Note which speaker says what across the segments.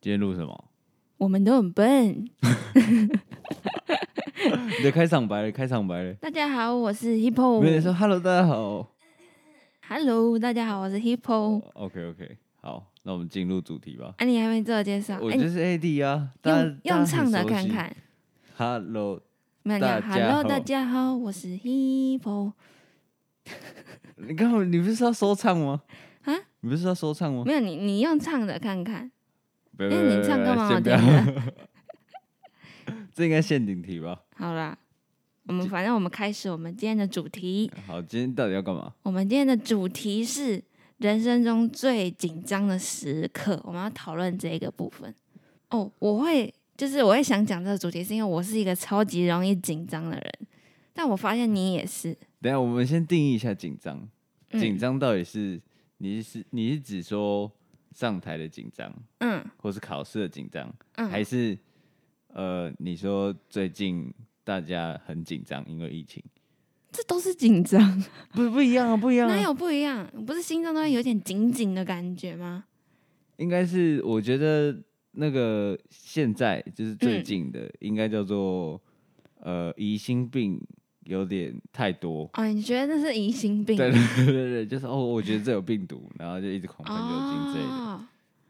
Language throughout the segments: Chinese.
Speaker 1: 今天录什么？
Speaker 2: 我们都很笨。
Speaker 1: 你的开场白了，开场白了。
Speaker 2: 大家好，我是
Speaker 1: 我跟你
Speaker 2: Hippo。
Speaker 1: 说，Hello，大家好。
Speaker 2: Hello，大家好，我是 Hippo。
Speaker 1: OK OK，好，那我们进入主题吧。
Speaker 2: 啊，你还没自我介绍？
Speaker 1: 我
Speaker 2: 哎
Speaker 1: 就是 AD 啊，
Speaker 2: 你
Speaker 1: 大
Speaker 2: 用用唱的
Speaker 1: 大
Speaker 2: 看。
Speaker 1: 家很熟悉
Speaker 2: 看。
Speaker 1: Hello，
Speaker 2: 没有你好
Speaker 1: 大家好
Speaker 2: ，Hello，大家好，我是 Hippo。
Speaker 1: 你干嘛？你不是要说唱吗？
Speaker 2: 啊？
Speaker 1: 你不是要说唱吗？
Speaker 2: 没有你，你用唱的看看。
Speaker 1: 不
Speaker 2: 哎，
Speaker 1: 要不要
Speaker 2: 你唱干嘛？我
Speaker 1: 呃先不
Speaker 2: 听
Speaker 1: 要。
Speaker 2: 的。
Speaker 1: 这应该陷阱题吧？
Speaker 2: 好啦，我们反正我们开始我们今天的主题。
Speaker 1: 好，今天到底要干嘛？
Speaker 2: 我们今天的主题是人生中最紧张的时刻，我们要讨论这个部分。哦，我会就是我会想讲这个主题，是因为我是一个超级容易紧张的人，但我发现你也是。
Speaker 1: 等一下我们先定义一下紧张。
Speaker 2: 嗯
Speaker 1: 紧张到底是你是你是指说上台的紧张，
Speaker 2: 嗯
Speaker 1: 或是考试的紧张，还
Speaker 2: 嗯，
Speaker 1: 是呃，你说最近大家很紧张，因为疫情，
Speaker 2: 这都是紧张，
Speaker 1: 不不一样啊，不一样
Speaker 2: 哪
Speaker 1: 啊，
Speaker 2: 有不一样？不是心脏都会有点紧紧的感觉吗？
Speaker 1: 应该是我觉得那个现在就是最近的，应该叫做呃疑心病有点太多。
Speaker 2: 哦，你觉得那是疑心病？
Speaker 1: 对对对对，就是哦，我觉得这有病毒，然后就一直狂喷酒精之类的。
Speaker 2: 哦，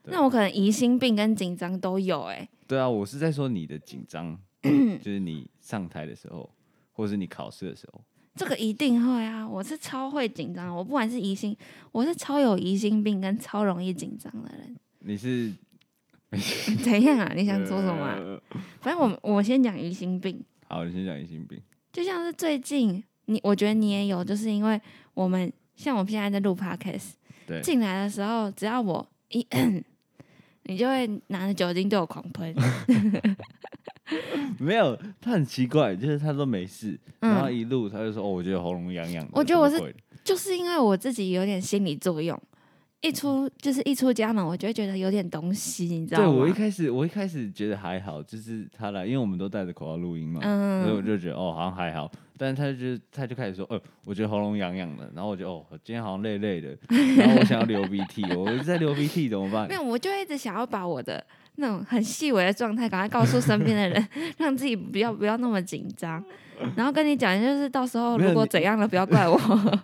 Speaker 1: 对
Speaker 2: 那我可能疑心病跟紧张都有哎、
Speaker 1: 对啊，我是在说你的紧 张，就是你上台的时候，或是你考试的时候。
Speaker 2: 这个一定会啊！我是超会紧张的，我不管是疑心，我是超有疑心病跟超容易紧张的人。
Speaker 1: 你是
Speaker 2: 怎样啊？你想说什么、啊？
Speaker 1: 呃
Speaker 2: 反正我我先讲疑心病，
Speaker 1: 好，你先讲疑心病。
Speaker 2: 就像是最近你，我觉得你也有，就是因为我们像我们现在在录 podcast，
Speaker 1: 对，
Speaker 2: 进来的时候，只要我一 咳，你就会拿着酒精对我狂 喷，
Speaker 1: 没有，他很奇怪，就是他都没事，然后
Speaker 2: 嗯
Speaker 1: 一路他就说：“哦，我觉得喉咙痒痒的。”
Speaker 2: 我觉得我是
Speaker 1: 什么鬼的
Speaker 2: 就是因为我自己有点心理作用。一出就是一出家门，我就会觉得有点东西，你知道
Speaker 1: 对
Speaker 2: 吗？
Speaker 1: 我一开始我一开始觉得还好，就是他来，因为我们都戴着口罩录音嘛，所以我
Speaker 2: 嗯，
Speaker 1: 就觉得哦好像还好。但是他就他就开始说：“呃，我觉得喉咙痒痒的。”然后我就哦，我今天好像累累的，然后我想要流鼻涕，我一直在流鼻涕怎么办
Speaker 2: 没？有，我就一直想要把我的那种很细微的状态赶快告诉身边的人， 让自己不要不要那么紧张。然后跟你讲，就是到时候
Speaker 1: 没有
Speaker 2: 如果
Speaker 1: 你
Speaker 2: 怎样了，不要怪我。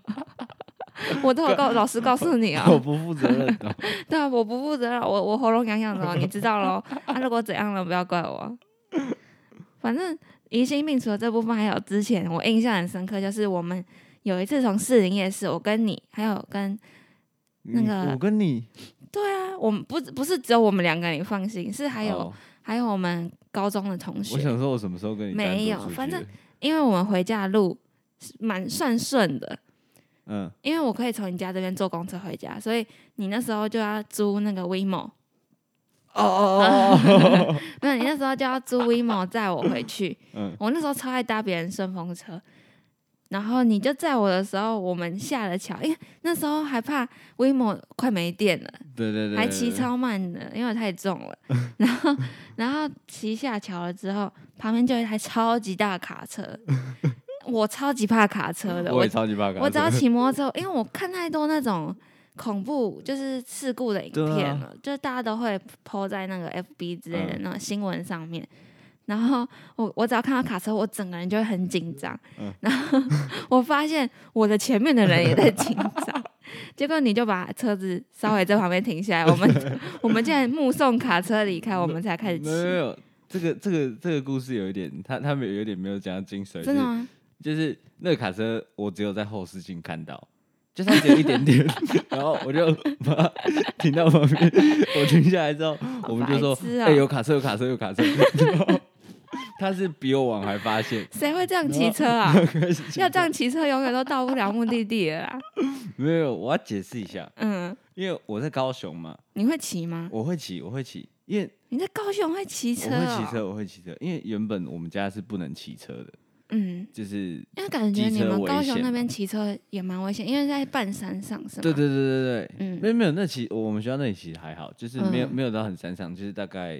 Speaker 2: 我都有告老师告诉你 啊、
Speaker 1: 我不负责任哦。
Speaker 2: 对啊，我不负责了，我我喉咙痒痒的、哦，你知道喽。啊，如果怎样了，不要怪我。反正疑心病除了这部分，还有之前我印象很深刻，就是我们有一次从士林夜市，我跟你还有跟那
Speaker 1: 你
Speaker 2: 个
Speaker 1: 我跟你
Speaker 2: 对啊，我们不是不是只有我们两个，你放心，是还有、
Speaker 1: 哦
Speaker 2: 还有我们高中的同
Speaker 1: 我
Speaker 2: 学，
Speaker 1: 想说，我什么时候跟你
Speaker 2: 没
Speaker 1: 单独
Speaker 2: 有
Speaker 1: 出去
Speaker 2: 反正
Speaker 1: 的
Speaker 2: 因为我们回家的路是蛮算顺的，
Speaker 1: 嗯，
Speaker 2: 因为我可以从你家这边坐公车回家，所以你那时候就要租那个 WeMo，
Speaker 1: 哦哦哦，
Speaker 2: 没有，你那时候就要租 WeMo 载我回去。
Speaker 1: 嗯，
Speaker 2: 我那时候超爱搭别人顺风车，然后你就载我的时候，我们下了桥，因为那时候还怕 WeMo 快没电了。
Speaker 1: 对对对，
Speaker 2: 还
Speaker 1: 对
Speaker 2: 骑
Speaker 1: 对
Speaker 2: 超慢的，因为我太重了。 然后，然后骑下桥了之后，旁边就有一台超级大的卡车，我超级怕卡车的。
Speaker 1: 我
Speaker 2: 我
Speaker 1: 也超级怕卡车，
Speaker 2: 我只要骑摩托车，因为我看太多那种恐怖就是事故的影
Speaker 1: 对
Speaker 2: 片
Speaker 1: 啊
Speaker 2: 了，就是大家都会 PO 在那个 FB 之类的
Speaker 1: 嗯
Speaker 2: 那种新闻上面。然后我我只要看到卡车，我整个人就会很紧张。
Speaker 1: 嗯
Speaker 2: 然后我发现我的前面的人也在紧 张，结果你就把车子稍微在旁边停下来，我们 我们竟然目送卡车离开，我们才开始骑
Speaker 1: 没。有没有，这个这个这个故事有一点，他他们有点没有讲到精髓，
Speaker 2: 真的吗？
Speaker 1: 就是就是那个卡车，我只有在后视镜看到。就它只有一点 点，然后我就把它停到旁边。我停下来之后，我们就说
Speaker 2: 白痴：“
Speaker 1: 哎、
Speaker 2: 啊
Speaker 1: 有卡车，有卡车，有卡车。”然后他是比我晚还发现，
Speaker 2: 谁会这样骑车啊？
Speaker 1: 开始
Speaker 2: 要这样骑车，永远都到不了目的地了啦。啊
Speaker 1: 没有。我要解释一下，
Speaker 2: 嗯，
Speaker 1: 因为我在高雄嘛，
Speaker 2: 你会骑吗？
Speaker 1: 我会骑，我会骑，因为
Speaker 2: 你在高雄会骑车、
Speaker 1: 我
Speaker 2: 哦？
Speaker 1: 会骑。车，我会骑车。因为原本我们家是不能骑车的，
Speaker 2: 嗯，
Speaker 1: 就是
Speaker 2: 因为感觉
Speaker 1: 机
Speaker 2: 你
Speaker 1: 车
Speaker 2: 们
Speaker 1: 危
Speaker 2: 高雄
Speaker 1: 险
Speaker 2: 那边骑车也蛮危险，因为在半山上是吗？
Speaker 1: 对对对对对，
Speaker 2: 嗯
Speaker 1: 没有没有，那其我们学校那里其实还好，就是没有、
Speaker 2: 嗯
Speaker 1: 没有到很山上，就是大概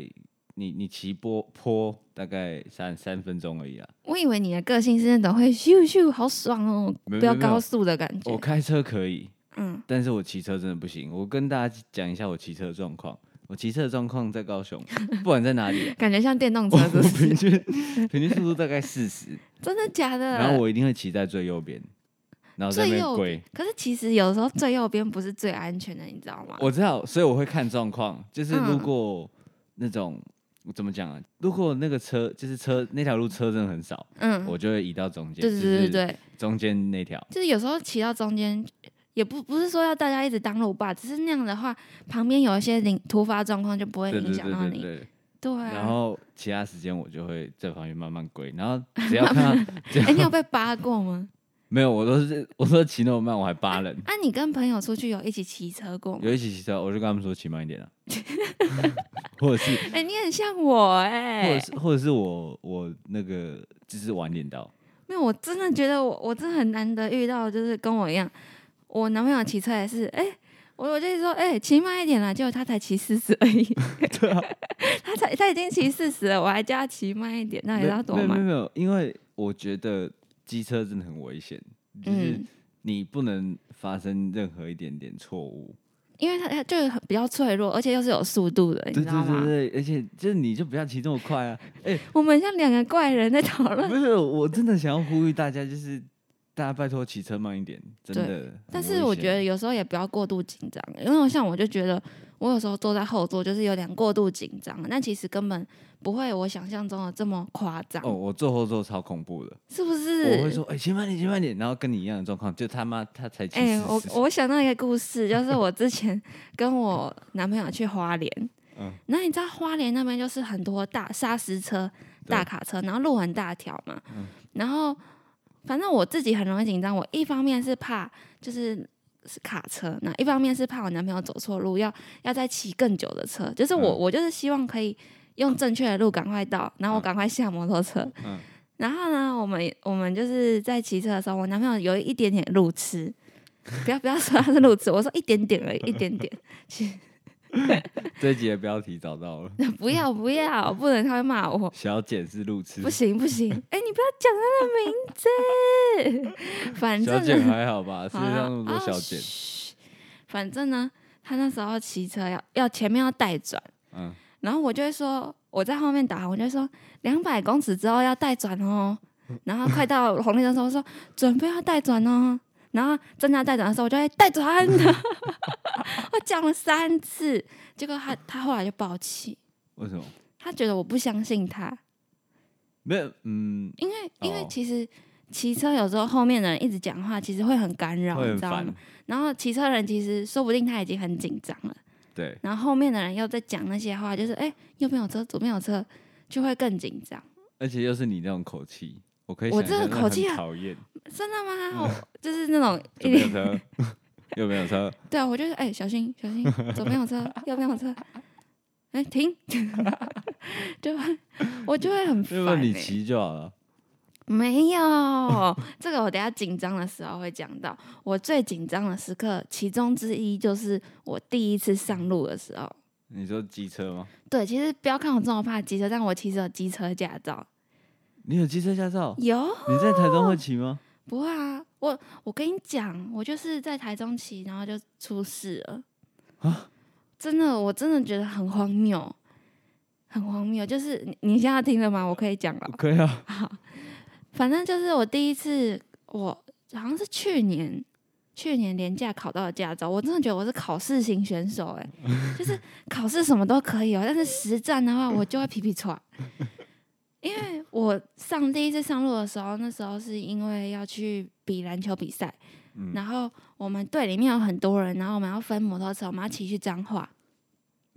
Speaker 1: 你你骑坡坡大概三三分钟而已啊。
Speaker 2: 我以为你的个性是那种会咻咻好爽哦，
Speaker 1: 没有
Speaker 2: 飙
Speaker 1: 没有没有
Speaker 2: 高速的感觉
Speaker 1: 我。开车可以，
Speaker 2: 嗯，，
Speaker 1: 但是我骑车真的不行。我跟大家讲一下我骑车的状况。我骑车的状况在高雄，不管在哪里啊
Speaker 2: 感觉像电动车
Speaker 1: 我
Speaker 2: 是不是，
Speaker 1: 平均平均速度大概四 十，
Speaker 2: 真的假的？
Speaker 1: 然后我一定会骑在最右边，然后在那
Speaker 2: 嗯最
Speaker 1: 边
Speaker 2: 右
Speaker 1: 跪
Speaker 2: 边。，可是其实有时候最右边不是最安全的，你知道吗？
Speaker 1: 我知道，所以我会看状况，就是
Speaker 2: 嗯
Speaker 1: 如果那种、怎么讲啊，如果那个车就是车那条路车真的很少，
Speaker 2: 嗯，
Speaker 1: 我就会移到中间，
Speaker 2: 对对对对
Speaker 1: 就是
Speaker 2: 对，
Speaker 1: 中间那条。
Speaker 2: 就是有时候骑到中间，也不不是说要大家一直当路霸，只是那样的话，旁边有一些零突发状况就不会
Speaker 1: 对
Speaker 2: 影
Speaker 1: 对
Speaker 2: 响
Speaker 1: 对
Speaker 2: 到
Speaker 1: 对
Speaker 2: 你。
Speaker 1: 对，
Speaker 2: 对啊，
Speaker 1: 然后其他时间我就会在旁边慢慢归，然 后只要看到只
Speaker 2: 哎、你
Speaker 1: 要
Speaker 2: 有被扒过吗？
Speaker 1: 没有，我都是我说骑那么慢，我还扒人，
Speaker 2: 啊，你跟朋友出去有一起骑车过吗？
Speaker 1: 有一起骑车，我就跟他们说骑慢一 点啊，或者是
Speaker 2: 哎、你很像我 哎、
Speaker 1: 或者是或者是我我那个就是晚点 到，
Speaker 2: 没有，我真的觉得我我真的很难得遇到，就是跟我一样，我男朋友骑车也是，哎、我我就一直说，哎、骑慢一点啦，结果他才骑四十而已，
Speaker 1: 对啊，
Speaker 2: 他才他已经骑四十了，我还叫他骑慢一哎点，那你知道多
Speaker 1: 没有没有
Speaker 2: 慢？
Speaker 1: 没有，因为我觉得机车真的很危险，就是
Speaker 2: 嗯，
Speaker 1: 你不能发生任何一点点错误。
Speaker 2: 因为他他就是很比较脆弱，而且又是有速度的，你
Speaker 1: 对
Speaker 2: 知道
Speaker 1: 对
Speaker 2: 吗？
Speaker 1: 对对，而且就是你就不要骑这么快啊！哎、
Speaker 2: 我们像两个怪人在讨论，
Speaker 1: 不是，我真的想要呼吁大家，就是大家拜托骑车慢一点，真的很危险。
Speaker 2: 但是我觉得有时候也不要过度紧张，因为像我就觉得我有时候坐在后座就是有点过度紧张，那其实根本不会我想象中的这么夸张，
Speaker 1: 哦，我坐后座超恐怖的，
Speaker 2: 是不是？
Speaker 1: 我会说哎骑、慢点，骑慢点，然后跟你一样的状况，就他妈他才骑
Speaker 2: 哎、我
Speaker 1: 40。
Speaker 2: 我想到一个故事，就是我之前跟我男朋友去花莲，
Speaker 1: 嗯
Speaker 2: 然后你知道花莲那边就是很多大砂石车、
Speaker 1: 对嗯
Speaker 2: 大卡车，然后路很大条嘛，然后反正我自己很容易紧张，我一方面是怕就是。是卡车，那一方面是怕我男朋友走错路，要要再骑更久的车。就是我，
Speaker 1: 嗯
Speaker 2: 我就是希望可以用正确的路赶快到，然后我
Speaker 1: 嗯
Speaker 2: 赶快下摩托车。
Speaker 1: 嗯
Speaker 2: 然后呢，我们我们就是在骑车的时候，我男朋友有一点点路痴，不要不要说他是路痴，我说一点点 而已，一点点，
Speaker 1: 这一集的标题找到了，
Speaker 2: 不要不要，不能他会骂我，
Speaker 1: 小简 是路痴
Speaker 2: 不，行不行，哎、你不 要讲他的名字， 反
Speaker 1: 小
Speaker 2: 正
Speaker 1: 简
Speaker 2: 呢，
Speaker 1: 还好吧？世界上那么多小简
Speaker 2: 啊，嘘反正呢，他那时候骑车要要前面要带转，
Speaker 1: 嗯，
Speaker 2: 然后我就会说我在后面导航，我就会说两百公尺之后要带转哦。
Speaker 1: 嗯
Speaker 2: 然后快到红绿灯的时候，我说准备要带转哦。然后正要带转的时候，我就会 带转。我讲了三次，结果他他后来就爆气，
Speaker 1: 为什么？
Speaker 2: 他觉得我不相信他，
Speaker 1: 没有，嗯，
Speaker 2: 因为因为
Speaker 1: 哦
Speaker 2: 其实骑车有时候后面的人一直讲话，其实会很干扰，
Speaker 1: 会
Speaker 2: 你
Speaker 1: 很
Speaker 2: 知道吗
Speaker 1: 烦？，
Speaker 2: 然后骑车人其实说不定他已经很紧张了。
Speaker 1: 对，
Speaker 2: 然后后面的人又在讲那些话，就是哎、右边有车，左边有车，就会更紧张。
Speaker 1: 而且又是你那种口气，我可以
Speaker 2: 我
Speaker 1: 想
Speaker 2: 这个
Speaker 1: 象那
Speaker 2: 口气
Speaker 1: 很
Speaker 2: 啊
Speaker 1: 讨厌，
Speaker 2: 真的吗？我就是那种
Speaker 1: 有
Speaker 2: 一
Speaker 1: 没有
Speaker 2: 点，
Speaker 1: 车？ 有没有车？
Speaker 2: 对啊，我就是哎、小心小心，左边有车，右边有车，哎、停， 就会我就会 很
Speaker 1: 要不然
Speaker 2: 烦、
Speaker 1: 你
Speaker 2: 欸。
Speaker 1: 骑就好了。
Speaker 2: 没有，这个我等一下紧张的时候会讲到。我最紧张的时刻，其中之一就是我第一次上路的时候。
Speaker 1: 你说机车吗？
Speaker 2: 对，其实不要看我这么怕机车，但我其实有机车驾照。
Speaker 1: 你有机车驾照？
Speaker 2: 有，
Speaker 1: 你在台中会骑吗？
Speaker 2: 不会啊，我我跟你讲，我就是在台中骑，然后就出事了。真的，我真的觉得很荒谬，很荒谬。就是你你现在听了吗？我可以讲了。
Speaker 1: 可以啊，
Speaker 2: 反正就是我第一次，我好像是去年去年年假考到的驾照，我真的觉得我是考试型选手哎、就是考试什么都可以哦、但是实战的话我就会皮皮喘。因为我上第一次上路的时候，那时候是因为要去比篮球比赛，
Speaker 1: 嗯
Speaker 2: 然后我们队里面有很多人，然后我们要分摩托车，我们要骑去彰化。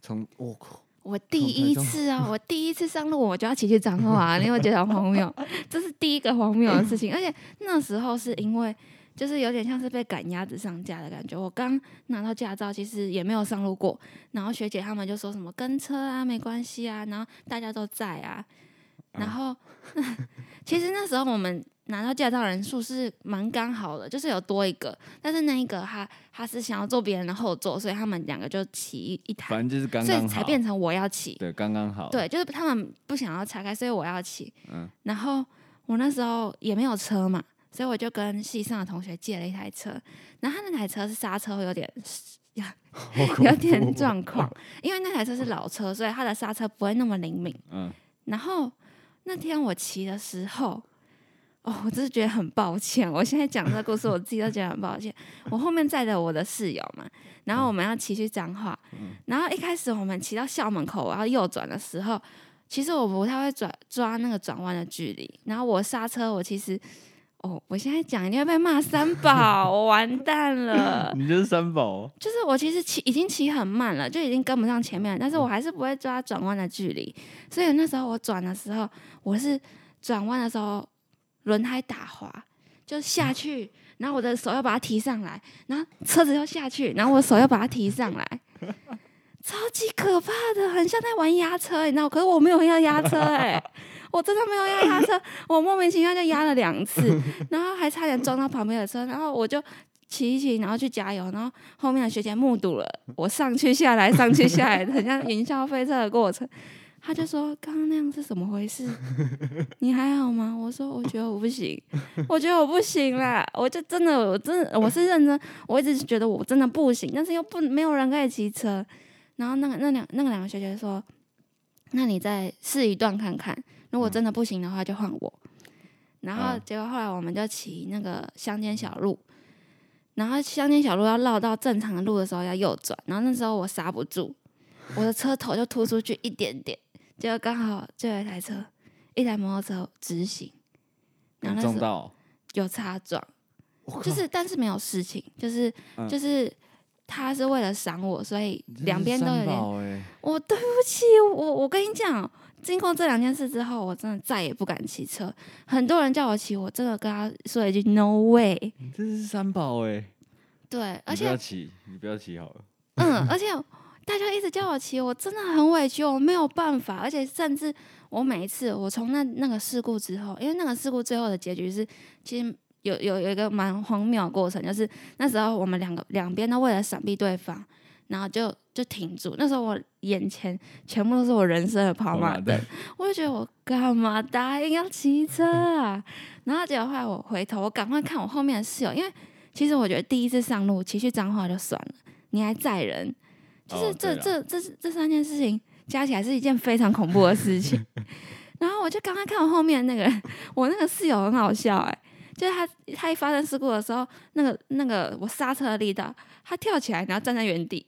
Speaker 1: 从我靠，
Speaker 2: 我第一次啊，我第一次上路我就要骑去彰化、 啊，你会觉得很荒谬，这是第一个荒谬的事情。而且那时候是因为就是有点像是被赶鸭子上架的感觉。我刚拿到驾照，其实也没有上路过，然后学姐他们就说什么跟车啊，没关系啊，然后大家都在啊，然后、其实那时候我们拿到驾照人数是蛮刚好的，就是有多一个，但是那一个他他是想要坐别人的后座，所以他们两个就骑一一
Speaker 1: 反
Speaker 2: 台，
Speaker 1: 正就是刚
Speaker 2: 所以
Speaker 1: 刚
Speaker 2: 才
Speaker 1: 好，
Speaker 2: 变成我要骑。
Speaker 1: 对，刚刚好，
Speaker 2: 对，就是他们不想要拆开，所以我要骑。
Speaker 1: 嗯
Speaker 2: 然后我那时候也没有车嘛，所以我就跟系上的同学借了一台车。然后他那台车是刹车有点
Speaker 1: 好恐怖，
Speaker 2: 有点 状况，因为那台车是老车，所以它的刹车不会那么灵敏。
Speaker 1: 嗯，
Speaker 2: 然后那天我骑的时候，哦，我真是觉得很抱歉。我现在讲这个故事，我自己都觉得很抱歉。我后面载着我的室友嘛，然后我们要骑去彰化，然后一开始我们骑到校门口，我要右转的时候，其实我不太会转抓那个转弯的距离，然后我刹车，我其实。哦，我现在讲一定会被骂三宝，我完蛋了。
Speaker 1: 你就是三宝，哦
Speaker 2: 就是我其实骑已经骑很慢了，就已经跟不上前面了，但是我还是不会抓转弯的距离，所以那时候我转的时候，我是转弯的时候轮胎打滑，就下去，然后我的手要把它提上来，然后车子又下去，然后我手又把它提上来，超级可怕的，很像在玩压车、你知道？可是我没有要压车、哎，我真的没有要压车，我莫名其妙就压了两次，然后还差点撞到旁边的车，然后我就。骑一骑，然后去加油，然后后面的学姐目睹了我上去下来、上去下来的，很像云霄飞车的过程。她就说：“刚刚那样是怎么回事？ 你还好吗？”我说：“我觉得我不行， 我觉得我不行啦！我就真的，我真的，我是认真，我一直觉得我真的不行，但是又不没有人可以骑车。”然后那个那两那个两个学姐说：“那你再试一段看看，如果真的不行的话，就换我。”然后
Speaker 1: 嗯
Speaker 2: 结果后来我们就骑那个乡间小路，然后乡间小路要绕到正常的路的时候要右转，然后那时候我刹不住，我的车头就突出去一点点，结果刚好就有一台车，一台摩托车直行， 然后
Speaker 1: 你
Speaker 2: 那时
Speaker 1: 撞
Speaker 2: 候
Speaker 1: 到，
Speaker 2: 有擦撞，
Speaker 1: 我靠
Speaker 2: 就是但是没有事情，就是、
Speaker 1: 嗯
Speaker 2: 就是他是为了赏我，所以
Speaker 1: 你真
Speaker 2: 两
Speaker 1: 是
Speaker 2: 边都有
Speaker 1: 三
Speaker 2: 点。
Speaker 1: 宝哎，
Speaker 2: 我对不起，我我跟你讲，经过这两件事之后，我真的再也不敢骑车。很多人叫我骑，我真的跟他说一句 “no way”。
Speaker 1: 你真是三宝哎，
Speaker 2: 对，
Speaker 1: 你
Speaker 2: 而
Speaker 1: 不
Speaker 2: 且
Speaker 1: 要骑，你不要骑好了，
Speaker 2: 嗯，而且大家一直叫我骑，我真的很委屈，我没有办法。而且甚至我每一次，我从那那个事故之后，因为那个事故最后的结局是，其实有有有一个蛮荒谬的过程，就是那时候我们两个两边都为了闪避对方，然后就就停住。那时候我眼前全部都是我人生的跑马
Speaker 1: 好嘛
Speaker 2: 灯
Speaker 1: 对，
Speaker 2: 我就觉得我干嘛答应要骑车啊？然后结果后来我回头，我赶快看我后面的室友，因为其实我觉得第一次上路骑去彰化就算了，你还载人， 就是
Speaker 1: 哦
Speaker 2: 这、
Speaker 1: 对啦
Speaker 2: 这这这三件事情加起来是一件非常恐怖的事 情。然后我就赶快看我后面那个人，我那个室友很好笑哎、就是他他一发生事故的时候，那个那个我刹车的力道，他跳起来然后站在原地。